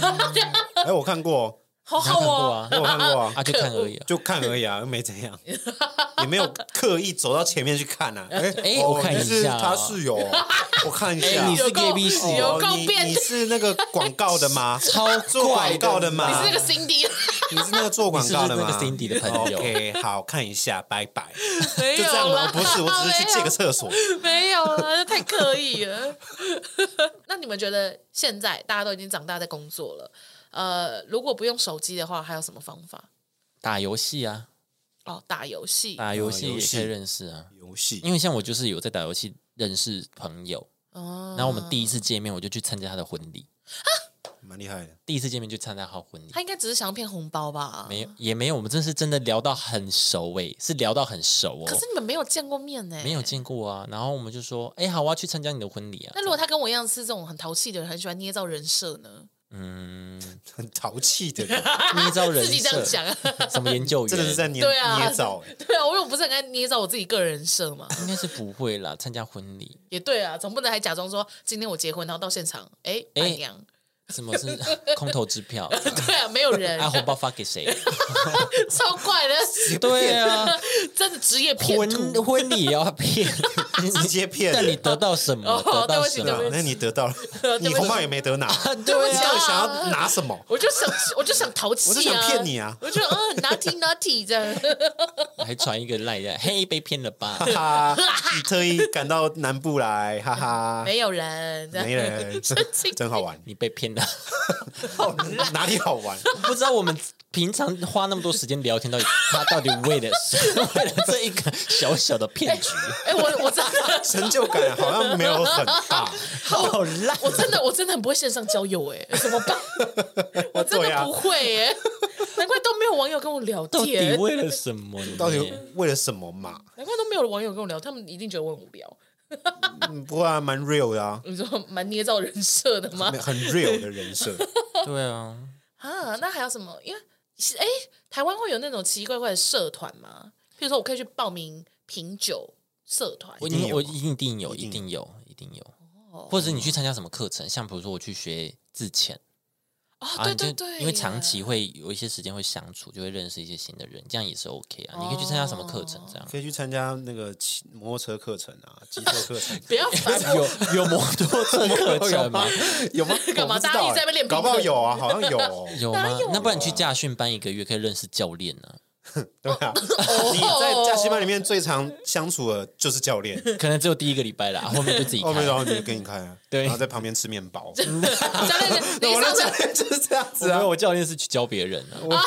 [SPEAKER 1] 哎，我看过
[SPEAKER 3] 好
[SPEAKER 2] 你有
[SPEAKER 3] 好
[SPEAKER 2] 看过
[SPEAKER 3] 哦
[SPEAKER 2] 啊，
[SPEAKER 1] 我有看过 啊，
[SPEAKER 2] 啊，就看而已 啊。
[SPEAKER 1] 就看而已啊，又没怎样， 也没有刻意走到前面去看啊。哎、
[SPEAKER 2] 哎
[SPEAKER 1] 哦
[SPEAKER 2] 我看一
[SPEAKER 1] 你是
[SPEAKER 2] 下
[SPEAKER 1] 他室友哦， 我看一下。
[SPEAKER 2] 哎你是
[SPEAKER 3] 有够
[SPEAKER 2] gay 系
[SPEAKER 3] 有
[SPEAKER 1] 哦
[SPEAKER 3] 够
[SPEAKER 1] 你
[SPEAKER 3] 变
[SPEAKER 1] 你
[SPEAKER 3] 态，
[SPEAKER 1] 是那个广告的吗？
[SPEAKER 2] 超
[SPEAKER 1] 做
[SPEAKER 2] 怪
[SPEAKER 1] 广告
[SPEAKER 2] 的
[SPEAKER 1] 的吗？
[SPEAKER 3] 你是那个 Cindy，
[SPEAKER 1] 你是那个做广告的吗？
[SPEAKER 2] 你是不是那个 Cindy 的朋友
[SPEAKER 1] OK，好看一下，拜拜。
[SPEAKER 3] 没
[SPEAKER 1] 就
[SPEAKER 3] 有
[SPEAKER 1] 这样吗
[SPEAKER 3] 啦？
[SPEAKER 1] 不是，我只是去借个厕所。
[SPEAKER 3] 没有啦，这太刻意了。 那你们觉得现在大家都已经长大在工作了，呃，如果不用手机的话，还有什么方法？
[SPEAKER 2] 打游戏啊，
[SPEAKER 3] 哦，打游戏。
[SPEAKER 2] 打游戏
[SPEAKER 1] 打
[SPEAKER 2] 也
[SPEAKER 1] 哦游戏
[SPEAKER 2] 可以认识啊。
[SPEAKER 1] 游戏
[SPEAKER 2] 因为像我就是有在打游戏认识朋友，
[SPEAKER 3] 哦
[SPEAKER 2] 然后我们第一次见面我就去参加他的婚礼，
[SPEAKER 1] 蛮厉害的，
[SPEAKER 2] 第一次见面就参加他的婚礼，
[SPEAKER 3] 他应该只是想要骗红包吧？
[SPEAKER 2] 没有也没有，我们真是真的聊到很熟诶、是聊到很熟哦
[SPEAKER 3] 可，是你们没有见过面呢、
[SPEAKER 2] 没有。见过啊。然后我们就说，哎、好，我要去参加你的婚礼啊
[SPEAKER 3] 那。如果他跟我一样是这种很淘气的人，很喜欢捏造人设呢？
[SPEAKER 2] 嗯，
[SPEAKER 1] 很淘气的 人，
[SPEAKER 2] 捏造哦人
[SPEAKER 3] 自己这样
[SPEAKER 2] 设，
[SPEAKER 3] 讲，
[SPEAKER 2] 什么研 究员，
[SPEAKER 1] 真的是在捏
[SPEAKER 3] 对啊
[SPEAKER 1] 捏造 哎。
[SPEAKER 3] 对啊，我又不是很爱捏造我自己个人人设嘛。
[SPEAKER 2] 应该是不会啦。参加婚礼，
[SPEAKER 3] 也对啊，总不能还假装说今天我结婚，然后到现场，哎，
[SPEAKER 2] 哎
[SPEAKER 3] 伴娘，
[SPEAKER 2] 什么是空头支票？
[SPEAKER 3] 对啊，没有人，
[SPEAKER 2] 啊，红包发给谁？
[SPEAKER 3] 超怪的，
[SPEAKER 2] 对啊，
[SPEAKER 3] 真的职 业骗 徒。
[SPEAKER 2] 婚婚礼也要骗，
[SPEAKER 1] 直接骗人
[SPEAKER 2] 但你得到什么？
[SPEAKER 3] 哦
[SPEAKER 2] 得到
[SPEAKER 3] 对不起
[SPEAKER 2] 什
[SPEAKER 1] 对啊
[SPEAKER 2] 么？
[SPEAKER 3] 对不起
[SPEAKER 1] 那你得 到了，
[SPEAKER 2] 啊
[SPEAKER 3] 不起
[SPEAKER 1] 你红包也没得拿，
[SPEAKER 3] 对
[SPEAKER 1] 你
[SPEAKER 3] 啊
[SPEAKER 1] 到底想要拿什么？
[SPEAKER 3] 我就想，我就想淘气、啊，
[SPEAKER 1] 我就想骗你啊
[SPEAKER 3] 我就嗯，naughty naughty 这样，
[SPEAKER 2] 还传一个赖的，嘿，被骗了吧？
[SPEAKER 1] 哈哈， 你特意赶到南部来，哈哈，
[SPEAKER 3] 没有人，这样
[SPEAKER 1] 没人，
[SPEAKER 3] 经哦
[SPEAKER 1] 真好玩，
[SPEAKER 2] 你被骗了，
[SPEAKER 1] 哪里好玩？
[SPEAKER 2] 不知道我们平常花那么多时间聊天，到底他到底为了什么？为了这一个小小的骗局，
[SPEAKER 3] 哎、我我真的，
[SPEAKER 1] 成就感好像没有很 大，
[SPEAKER 2] 好烂！
[SPEAKER 3] 我真的，我真的很不会线上交友、 哎，怎么办？我真
[SPEAKER 1] 对
[SPEAKER 3] 的
[SPEAKER 1] 啊
[SPEAKER 3] 不会、哎，难怪都没有网友跟我聊
[SPEAKER 2] 到底
[SPEAKER 3] 天，
[SPEAKER 2] 为了什么呢？
[SPEAKER 1] 到底为了什么嘛？
[SPEAKER 3] 难怪都没有网友跟我聊，他们一定觉得我很无聊。
[SPEAKER 1] 嗯，不过还蛮 real 的啊，
[SPEAKER 3] 你说蛮捏造人设的吗？
[SPEAKER 1] 很 real 的人设。
[SPEAKER 2] 对啊，
[SPEAKER 3] 啊，那还有什么？因为哎、台湾会有那种奇奇怪怪的社团吗？譬如说，我可以去报名品酒社团
[SPEAKER 2] 我
[SPEAKER 1] 一定
[SPEAKER 2] 你
[SPEAKER 1] 有
[SPEAKER 2] 我
[SPEAKER 1] 吧
[SPEAKER 2] 一定有，一定有，一定有，或者你去参加什么课程，像比如说我去学自潜。
[SPEAKER 3] 啊、
[SPEAKER 2] 啊，
[SPEAKER 3] 对
[SPEAKER 2] 你就
[SPEAKER 3] 对对，
[SPEAKER 2] 因为长
[SPEAKER 3] 耶
[SPEAKER 2] 期会有一些时间会相处，就会认识一些新的人，这样也是 OK 啊。你可以去参加什么课程这样。
[SPEAKER 1] 可以去参加那个骑摩托车课程啊，机车课程
[SPEAKER 3] 不要烦 我。
[SPEAKER 2] 有有摩托车课程吗？
[SPEAKER 1] 有吗？
[SPEAKER 3] 干
[SPEAKER 1] 我
[SPEAKER 3] 嘛
[SPEAKER 1] 不知道
[SPEAKER 3] 大家一直
[SPEAKER 1] 欸
[SPEAKER 3] 在那边练
[SPEAKER 1] 搞不好
[SPEAKER 3] 拼
[SPEAKER 1] 有啊，好像有哦。
[SPEAKER 2] 有吗？那不然你去驾训班一个月，可以认识教练呢、
[SPEAKER 1] 对 啊，
[SPEAKER 3] 哦
[SPEAKER 1] 你在驾驶班里面最常相处的就是教练，
[SPEAKER 2] 可能只有第一个礼拜啦，后面就自己
[SPEAKER 1] 后面然后
[SPEAKER 2] 开。
[SPEAKER 1] 你就跟你开啊，
[SPEAKER 2] 哦对
[SPEAKER 1] 然后在旁边吃面包。
[SPEAKER 3] 教练，
[SPEAKER 1] 那
[SPEAKER 3] 你
[SPEAKER 1] 我
[SPEAKER 3] 上
[SPEAKER 1] 的教练
[SPEAKER 3] 次
[SPEAKER 1] 就是这样
[SPEAKER 2] 我
[SPEAKER 1] 子
[SPEAKER 2] 没
[SPEAKER 1] 啊
[SPEAKER 2] 有，。我教练是去教别人啊。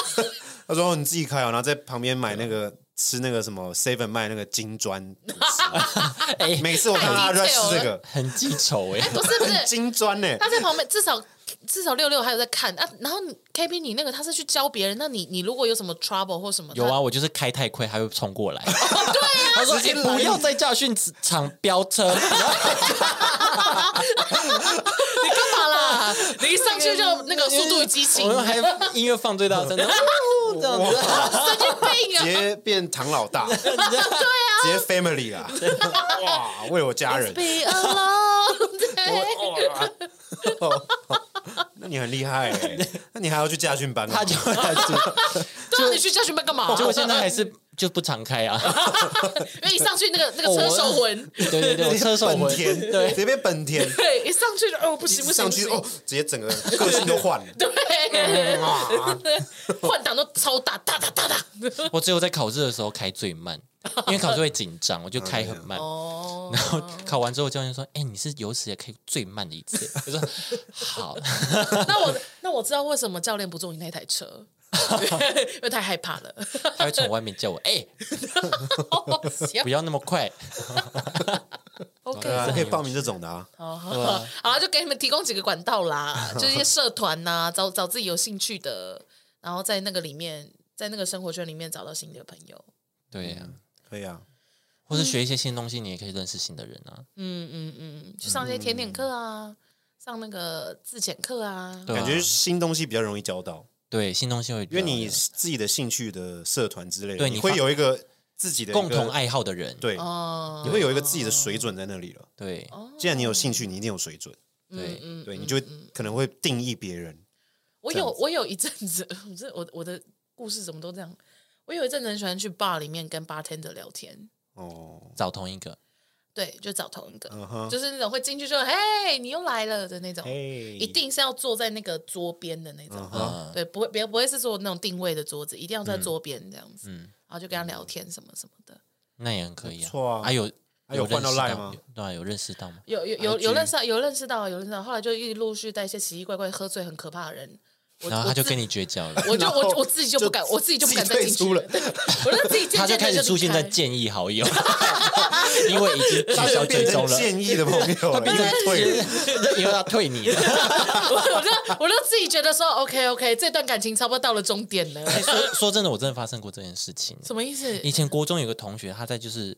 [SPEAKER 1] 他说哦你自己开啊，然后在旁边买那个吃那个什么 seven 卖那个金砖，
[SPEAKER 2] 哎、
[SPEAKER 1] 每次我看他都在吃这个
[SPEAKER 2] 很记仇 哎、
[SPEAKER 3] 不是不是，
[SPEAKER 1] 金砖呢。
[SPEAKER 3] 他在旁边至少至少六六还有在看啊。然后你 KB 你那个他是去教别人，那你你如果有什么 trouble 或什么，
[SPEAKER 2] 有
[SPEAKER 3] 他
[SPEAKER 2] 啊，我就是开太快，他会冲过来。他说：“哎、
[SPEAKER 1] 直接
[SPEAKER 2] 不要在驾训场飙车，
[SPEAKER 3] 你干嘛 啦？你一上去就那个速度与激情
[SPEAKER 2] 我，们还音乐放最大声，然后呜这样子。”
[SPEAKER 3] 神经病
[SPEAKER 1] 直
[SPEAKER 3] 啊！
[SPEAKER 1] 接变唐老大，对啊，直接 family 啦，哇，为我家人
[SPEAKER 3] Be，alone，对
[SPEAKER 1] 那你很厉害欸，那你还要去驾训班哦？
[SPEAKER 2] 他就会来住。
[SPEAKER 3] 对啊，你去教训班干嘛？
[SPEAKER 2] 结果现在还是就不常开啊。
[SPEAKER 3] 因为一上去那个那
[SPEAKER 2] 哦
[SPEAKER 3] 个车 手魂，
[SPEAKER 2] 对对对，我车手
[SPEAKER 1] 本
[SPEAKER 2] 魂，
[SPEAKER 1] 田，
[SPEAKER 2] 对
[SPEAKER 1] 直接变本田，
[SPEAKER 3] 对，一上去就哦不行不行
[SPEAKER 1] 上去
[SPEAKER 3] 不行。
[SPEAKER 1] 哦，直接整个个性都换了
[SPEAKER 2] 嗯
[SPEAKER 3] 对， 换挡都超大，大大 大大。
[SPEAKER 2] 我只有在考试的时候开最慢，因为考试会紧张，我就开很慢。
[SPEAKER 3] 哦，
[SPEAKER 2] 然后考完之后，教练说：“哎、你是有史以来开最慢的一次。”我说：“好，
[SPEAKER 3] 那我那我知道为什么教练不坐你那台车， 因为太害怕了。 哦
[SPEAKER 2] 他会从外面叫我：‘哎、
[SPEAKER 3] 好笑
[SPEAKER 2] 不要那么快。
[SPEAKER 1] 对啊，
[SPEAKER 3] OK，
[SPEAKER 1] 可以报名这种的啊，
[SPEAKER 3] 好好好，好啦就给你们提供几个管道 啦，就是一些社团呐、找找自己有兴趣的，然后在那个里面，在那个生活圈里面找到新的朋友。’
[SPEAKER 2] 对呀、
[SPEAKER 1] 可以啊，
[SPEAKER 2] 或是学一些新东西，你也可以认识新的人啊。
[SPEAKER 3] 嗯嗯嗯，去上一些甜点课啊，上那个自检课啊。
[SPEAKER 2] 对啊
[SPEAKER 1] 感觉新东西比较容易交到，
[SPEAKER 2] 对，新东西会比
[SPEAKER 1] 因
[SPEAKER 2] 较
[SPEAKER 1] 为
[SPEAKER 3] 啊
[SPEAKER 1] 你自己的兴趣的社团之类的，
[SPEAKER 2] 对
[SPEAKER 1] 你
[SPEAKER 2] 你
[SPEAKER 1] 会
[SPEAKER 2] 发
[SPEAKER 1] 有一个自己的一个
[SPEAKER 2] 共同，爱好的人，
[SPEAKER 1] 对，
[SPEAKER 3] 哦，
[SPEAKER 1] 你会有一个自己的水准在那里了。
[SPEAKER 2] 对
[SPEAKER 3] 嗯
[SPEAKER 1] 既然你有兴趣，你一定有水准，
[SPEAKER 2] 对
[SPEAKER 1] 对，你就可能会定义别人。
[SPEAKER 3] 我有我有一阵子， 我这我我的故事怎么都这样。我有一阵子很喜欢去 bar 里面跟 bartender 聊天，
[SPEAKER 1] 哦，
[SPEAKER 2] 找同一个，
[SPEAKER 3] 对，就找同一个，
[SPEAKER 1] 嗯哼，
[SPEAKER 3] 就是那种会进去就嘿你又来了的那种，
[SPEAKER 1] 嘿，
[SPEAKER 3] 一定是要坐在那个桌边的那种
[SPEAKER 1] 嗯，哼
[SPEAKER 2] 嗯
[SPEAKER 3] 对，不会别不会是坐那种定位的桌子，一定要在桌边这样子，
[SPEAKER 2] 嗯，
[SPEAKER 3] 然后就跟他聊天什么什么的。
[SPEAKER 2] 那也很可以
[SPEAKER 1] 不
[SPEAKER 2] 啊。
[SPEAKER 1] 错啊
[SPEAKER 2] 有
[SPEAKER 1] 啊有换到
[SPEAKER 2] 认识
[SPEAKER 1] line 吗
[SPEAKER 2] 有对啊，有认识到吗？
[SPEAKER 3] 有有有
[SPEAKER 1] IG
[SPEAKER 3] 有认识到有认识到有认识到，后来就一陆续带一些奇奇怪怪、喝醉很可怕的 人，我
[SPEAKER 2] 然后他就跟
[SPEAKER 3] 你，
[SPEAKER 2] 你绝交了，
[SPEAKER 3] 我就
[SPEAKER 1] 然
[SPEAKER 3] 我
[SPEAKER 1] 后
[SPEAKER 3] 我自己就不敢，我自己就不敢再进
[SPEAKER 1] 自己
[SPEAKER 3] 去
[SPEAKER 1] 退出了
[SPEAKER 3] 对 我就自己渐
[SPEAKER 2] 他就
[SPEAKER 3] 渐地
[SPEAKER 2] 开始
[SPEAKER 3] 离
[SPEAKER 2] 出现在
[SPEAKER 3] 开
[SPEAKER 2] 建议好友，因为已经取
[SPEAKER 1] 他
[SPEAKER 2] 消
[SPEAKER 1] 就
[SPEAKER 2] 追
[SPEAKER 1] 变
[SPEAKER 2] 踪
[SPEAKER 1] 成
[SPEAKER 2] 了，
[SPEAKER 1] 建议的朋友 了，因为退了，
[SPEAKER 2] 因为他退你了。
[SPEAKER 3] 我 我就我就自己觉得说，OK OK，这段感情差不多到了终点了，
[SPEAKER 2] 哎 说说真的，我真的发生过这件事情。
[SPEAKER 3] 什么意思？
[SPEAKER 2] 以前国中有个同学，他在就是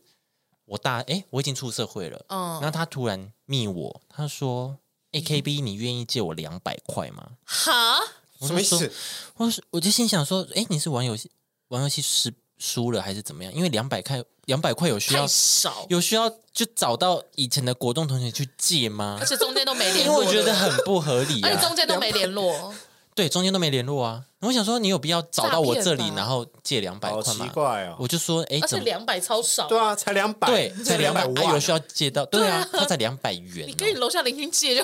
[SPEAKER 2] 我大哎、我已经出社会了，
[SPEAKER 3] 嗯
[SPEAKER 2] 然后他突然密我，他说：“A K
[SPEAKER 3] 嗯
[SPEAKER 2] B，你愿意借我两百块吗
[SPEAKER 3] 哈，？”
[SPEAKER 2] 我
[SPEAKER 1] 什
[SPEAKER 2] 就
[SPEAKER 1] 么意
[SPEAKER 2] 说
[SPEAKER 1] 思？
[SPEAKER 2] 我是我就心想说：“哎、你是玩游戏玩游戏失输了还是怎么样？因为两百块两百块有需要
[SPEAKER 3] 太少，
[SPEAKER 2] 有需要就找到以前的国中同学去借吗
[SPEAKER 3] 而？且中间都没联
[SPEAKER 2] 因为
[SPEAKER 3] 络，
[SPEAKER 2] 我觉得，很不合 理
[SPEAKER 3] 而且中
[SPEAKER 2] 啊。
[SPEAKER 3] 间都没联络，
[SPEAKER 2] 对，中间都没联络啊。我想说，你有必要找到我这
[SPEAKER 3] 诈
[SPEAKER 2] 里
[SPEAKER 3] 骗，吧
[SPEAKER 2] 然后借两百
[SPEAKER 1] 好
[SPEAKER 2] 块
[SPEAKER 1] 奇
[SPEAKER 2] 吗？
[SPEAKER 1] 怪哦，
[SPEAKER 2] 我就说，哎、
[SPEAKER 3] 而且
[SPEAKER 2] 怎么？
[SPEAKER 3] 两百超少，
[SPEAKER 1] 对啊，才两百，
[SPEAKER 2] 对，才
[SPEAKER 1] 才
[SPEAKER 2] 两百
[SPEAKER 1] 百
[SPEAKER 2] 啊，
[SPEAKER 1] 万
[SPEAKER 3] 哎
[SPEAKER 2] 有需要借到，对啊
[SPEAKER 3] 对啊，
[SPEAKER 2] 他才两百元
[SPEAKER 3] 你
[SPEAKER 2] 哦，
[SPEAKER 3] 跟你楼下邻居借就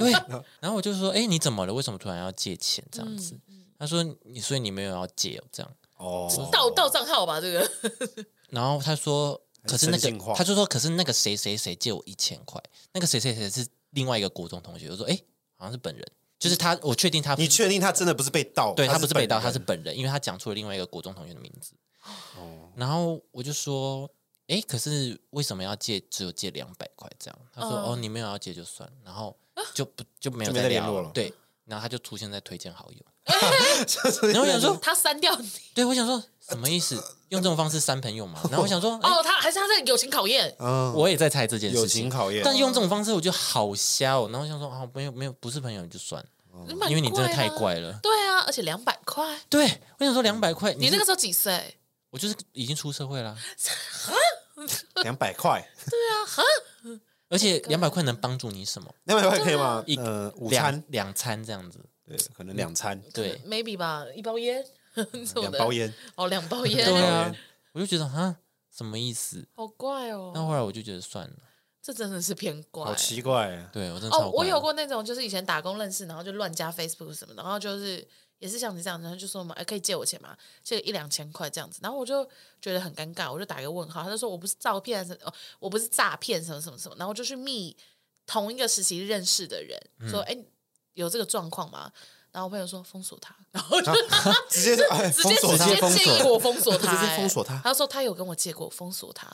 [SPEAKER 2] 对。然后我就说，哎，你怎么了？为什么突然要借钱这样子？他说，你所以你没有要借哦这样。
[SPEAKER 1] 哦，
[SPEAKER 3] 盗盗账号吧，这个
[SPEAKER 2] 然后他说，可是那
[SPEAKER 1] 真心
[SPEAKER 2] 个，
[SPEAKER 1] 话
[SPEAKER 2] 他就说，可是那个谁谁谁借我一千块，那个谁谁谁是另外一个国中同学。我说，哎，好像是本人，就是他，我确定他，
[SPEAKER 1] 你确定他真的不是被盗？
[SPEAKER 2] 对他不是被盗，
[SPEAKER 1] 本
[SPEAKER 2] 他
[SPEAKER 1] 人
[SPEAKER 2] 是本人，因为他讲出了另外一个国中同学的名字。
[SPEAKER 1] 哦
[SPEAKER 2] 然后我就说，哎，可是为什么要借？只有借两百块这样？他说，
[SPEAKER 3] 嗯
[SPEAKER 2] 哦，你没有要借就算，然后就不就没有
[SPEAKER 1] 就没
[SPEAKER 2] 再
[SPEAKER 1] 再
[SPEAKER 2] 聊
[SPEAKER 1] 联络了
[SPEAKER 2] 对，然后他就出现在推 荐好友，
[SPEAKER 1] 就是
[SPEAKER 2] 然后我想说，
[SPEAKER 3] 他删掉你
[SPEAKER 2] 对我想说什么意思？用这种方式删朋友嘛？然后我 想说，哎，
[SPEAKER 3] 哦，他还是他在友情考验，
[SPEAKER 1] 嗯，
[SPEAKER 2] 我也在猜这件
[SPEAKER 1] 友
[SPEAKER 2] 事
[SPEAKER 1] 情
[SPEAKER 2] 情。
[SPEAKER 1] 考验，
[SPEAKER 2] 但用这种方式，我就好瞎哦。然后我想说，啊，没有没有，不是朋友就算，
[SPEAKER 3] 蛮
[SPEAKER 2] 哦因为你真的太
[SPEAKER 3] 啊。
[SPEAKER 2] 怪了。
[SPEAKER 3] 对啊，而且两百块，
[SPEAKER 2] 对，我想说两百块，你
[SPEAKER 3] 你那
[SPEAKER 2] 那
[SPEAKER 3] 个
[SPEAKER 2] 个
[SPEAKER 3] 时候几岁？
[SPEAKER 2] 我就是已经出社会啦，
[SPEAKER 1] 两百块，
[SPEAKER 2] 而
[SPEAKER 3] 哦
[SPEAKER 2] 且两百块能帮助你什么？
[SPEAKER 1] 两百块可以吗？嗯
[SPEAKER 3] 啊
[SPEAKER 2] 一
[SPEAKER 1] 呃，午
[SPEAKER 2] 两
[SPEAKER 1] 餐，
[SPEAKER 2] 两餐这样子，
[SPEAKER 1] 对，可能两餐，
[SPEAKER 2] 对
[SPEAKER 3] ，maybe 吧，一包烟， 什么
[SPEAKER 1] 两
[SPEAKER 3] 的
[SPEAKER 1] 包，烟，
[SPEAKER 3] 哦，两包烟，
[SPEAKER 2] 对
[SPEAKER 1] 导
[SPEAKER 2] 啊
[SPEAKER 1] 演，
[SPEAKER 2] 我就觉得啊，什么意思？
[SPEAKER 3] 好怪
[SPEAKER 2] 那
[SPEAKER 3] 哦，
[SPEAKER 2] 后来我就觉得算了，
[SPEAKER 3] 这真的是偏怪，
[SPEAKER 1] 好奇 怪，啊
[SPEAKER 2] 对我真的
[SPEAKER 3] 哦
[SPEAKER 2] 超，
[SPEAKER 3] 我
[SPEAKER 2] 怪的
[SPEAKER 3] 有过那种，就是以前打工认识，然后就乱加 Facebook 什么的，然后就是也是像你这样，然后就说嘛，哎可以借我钱吗？借一两千块这样子，然后我就觉得很尴尬，我就打一个问号，他就说我不是照片什么，哦，我不是诈骗什么什么什么，然后我就去密同一个时期认识的人，说
[SPEAKER 1] 嗯
[SPEAKER 3] 哎有这个状况吗？然后我朋友说封锁他，然后就
[SPEAKER 1] 直接就哎啊
[SPEAKER 3] 直
[SPEAKER 1] 封
[SPEAKER 3] 接
[SPEAKER 1] 锁
[SPEAKER 3] 直
[SPEAKER 1] 他，
[SPEAKER 3] 接
[SPEAKER 1] 封
[SPEAKER 3] 建议
[SPEAKER 1] 锁，
[SPEAKER 3] 我封锁他、
[SPEAKER 1] 直接
[SPEAKER 3] 哎
[SPEAKER 1] 封锁他
[SPEAKER 3] 他说他有跟我借过，封锁他。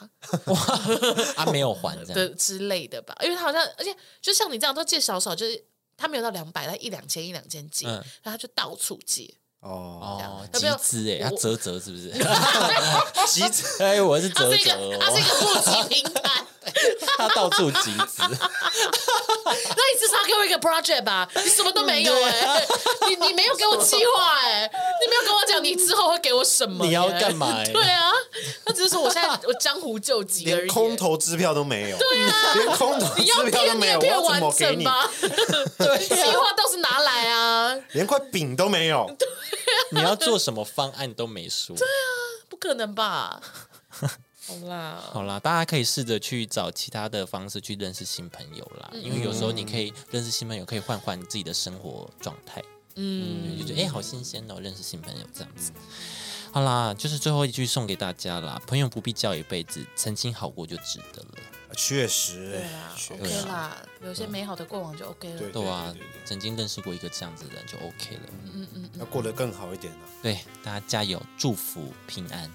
[SPEAKER 2] 啊，没有还这样，
[SPEAKER 3] 的之类的吧，因为他好像，而且就像你这样都借少少，就是他没有到两百，他一两千一两千借，
[SPEAKER 2] 嗯
[SPEAKER 3] 然后他就到处借，
[SPEAKER 1] 哦，
[SPEAKER 2] 哦，
[SPEAKER 3] 要
[SPEAKER 2] 集
[SPEAKER 3] 不要
[SPEAKER 2] 资哎，
[SPEAKER 3] 我
[SPEAKER 2] 他折折是不是？
[SPEAKER 1] 急着
[SPEAKER 2] 哎，我是
[SPEAKER 3] 他
[SPEAKER 2] 折
[SPEAKER 3] 是啊一
[SPEAKER 2] 折
[SPEAKER 3] 个他是一
[SPEAKER 2] 哦，
[SPEAKER 3] 个募集平台，
[SPEAKER 2] 他到处集资，
[SPEAKER 3] 那你至少给我一个 project 吧，你什么都 没有哎、
[SPEAKER 1] 啊
[SPEAKER 3] 你你没有给我计划哎，你没有跟我讲你之后会给我什么、
[SPEAKER 2] 你要
[SPEAKER 3] 哎
[SPEAKER 2] 干嘛哎
[SPEAKER 3] 对啊，他只是说我现在我江湖救急
[SPEAKER 1] 欸
[SPEAKER 3] 而
[SPEAKER 1] 连
[SPEAKER 3] 已，欸
[SPEAKER 1] 空头支票都没有，对啊，连空头
[SPEAKER 3] 你要
[SPEAKER 1] 支票都
[SPEAKER 3] 骗你
[SPEAKER 1] 没
[SPEAKER 3] 也
[SPEAKER 1] 有，
[SPEAKER 3] 骗
[SPEAKER 1] 我要怎
[SPEAKER 3] 完
[SPEAKER 1] 么给
[SPEAKER 3] 整
[SPEAKER 1] 你？
[SPEAKER 3] 吧， 计
[SPEAKER 2] 对啊，
[SPEAKER 3] 划倒是拿来啊，
[SPEAKER 1] 连块饼都没 有，
[SPEAKER 2] 你要做什么方案都没说。
[SPEAKER 3] 不可能 吧？好啦，
[SPEAKER 2] 好啦，大家可以试着去找其他的方式去认识新朋友啦，因为有
[SPEAKER 1] 嗯
[SPEAKER 2] 时候你可以认识新朋友，可以换换自己的生活状态。嗯，就觉得哎、诶好新鲜哦，认识新朋友这样子。好啦，就是最后一句送给大家啦，朋友不必交一辈子，曾经好过就值得了。
[SPEAKER 1] 啊确实
[SPEAKER 3] 对啦，
[SPEAKER 1] 确实
[SPEAKER 3] ，OK 啦，有些美好的过往就 OK 了
[SPEAKER 1] 嗯对。
[SPEAKER 2] 对啊
[SPEAKER 1] 对对，
[SPEAKER 2] 曾经认识过一个这样子的人就 OK 了。嗯
[SPEAKER 1] 要过得更好一点啊，
[SPEAKER 2] 对，大家加油，祝福平安，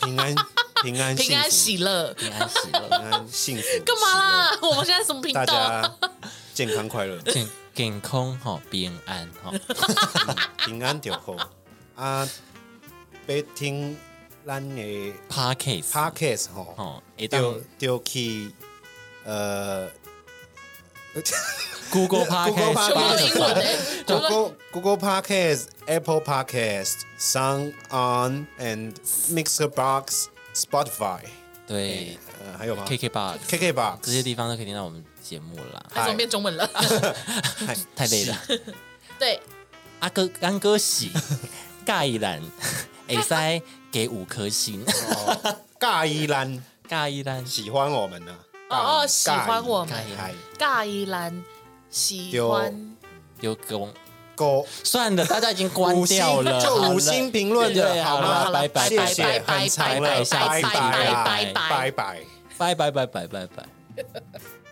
[SPEAKER 1] 平安平安
[SPEAKER 3] 平
[SPEAKER 1] 幸
[SPEAKER 3] 安
[SPEAKER 1] 福
[SPEAKER 3] 喜乐，
[SPEAKER 2] 平安喜
[SPEAKER 1] 平
[SPEAKER 2] 乐，
[SPEAKER 1] 安幸福，
[SPEAKER 3] 干嘛啦？我们现在什么频
[SPEAKER 1] 喜乐？大
[SPEAKER 3] 道？
[SPEAKER 1] 家健康快乐，
[SPEAKER 2] 健健康哈，平安哈。
[SPEAKER 1] 平安就 好啊！别听咱的
[SPEAKER 2] Parkes
[SPEAKER 1] podcast 吼，
[SPEAKER 2] 哦，会当
[SPEAKER 1] 丢丢去呃
[SPEAKER 2] Google
[SPEAKER 1] Google
[SPEAKER 2] Podcast
[SPEAKER 3] 全部都
[SPEAKER 1] Podcast
[SPEAKER 3] 英文哎的，全部都
[SPEAKER 1] Google Google Podcast、Apple Podcast、Sound On and Mixer Box、Spotify，
[SPEAKER 2] 对
[SPEAKER 1] 呃，还有吗
[SPEAKER 2] KK Box
[SPEAKER 1] KK Box
[SPEAKER 2] 这些地方都可以听到我们节目啦。
[SPEAKER 3] 还怎么变中文了？
[SPEAKER 2] 太累了，
[SPEAKER 3] 对，
[SPEAKER 2] 啊阿哥干哥喜 盖 兰，会使给五颗星，
[SPEAKER 1] 尬依兰
[SPEAKER 2] 盖兰
[SPEAKER 1] 喜欢我们呢、
[SPEAKER 3] 哦哦
[SPEAKER 1] 尬依
[SPEAKER 3] 喜欢我们
[SPEAKER 1] 尬依嗨
[SPEAKER 3] 尬依兰喜欢
[SPEAKER 2] 有公。
[SPEAKER 1] 狗
[SPEAKER 2] 算了，大家已经关
[SPEAKER 1] 五
[SPEAKER 2] 掉
[SPEAKER 1] 星
[SPEAKER 2] 了，
[SPEAKER 1] 就
[SPEAKER 2] 好了
[SPEAKER 1] 五星评论
[SPEAKER 2] 对
[SPEAKER 1] 的
[SPEAKER 2] 好了
[SPEAKER 1] 吗？
[SPEAKER 2] 好了拜拜
[SPEAKER 1] 谢
[SPEAKER 3] 拜
[SPEAKER 1] 谢，
[SPEAKER 3] 拜
[SPEAKER 1] 很长了，
[SPEAKER 2] 拜拜
[SPEAKER 1] 拜
[SPEAKER 2] 拜
[SPEAKER 1] 拜
[SPEAKER 2] 拜
[SPEAKER 1] 拜拜。
[SPEAKER 2] 拜拜拜拜拜拜拜。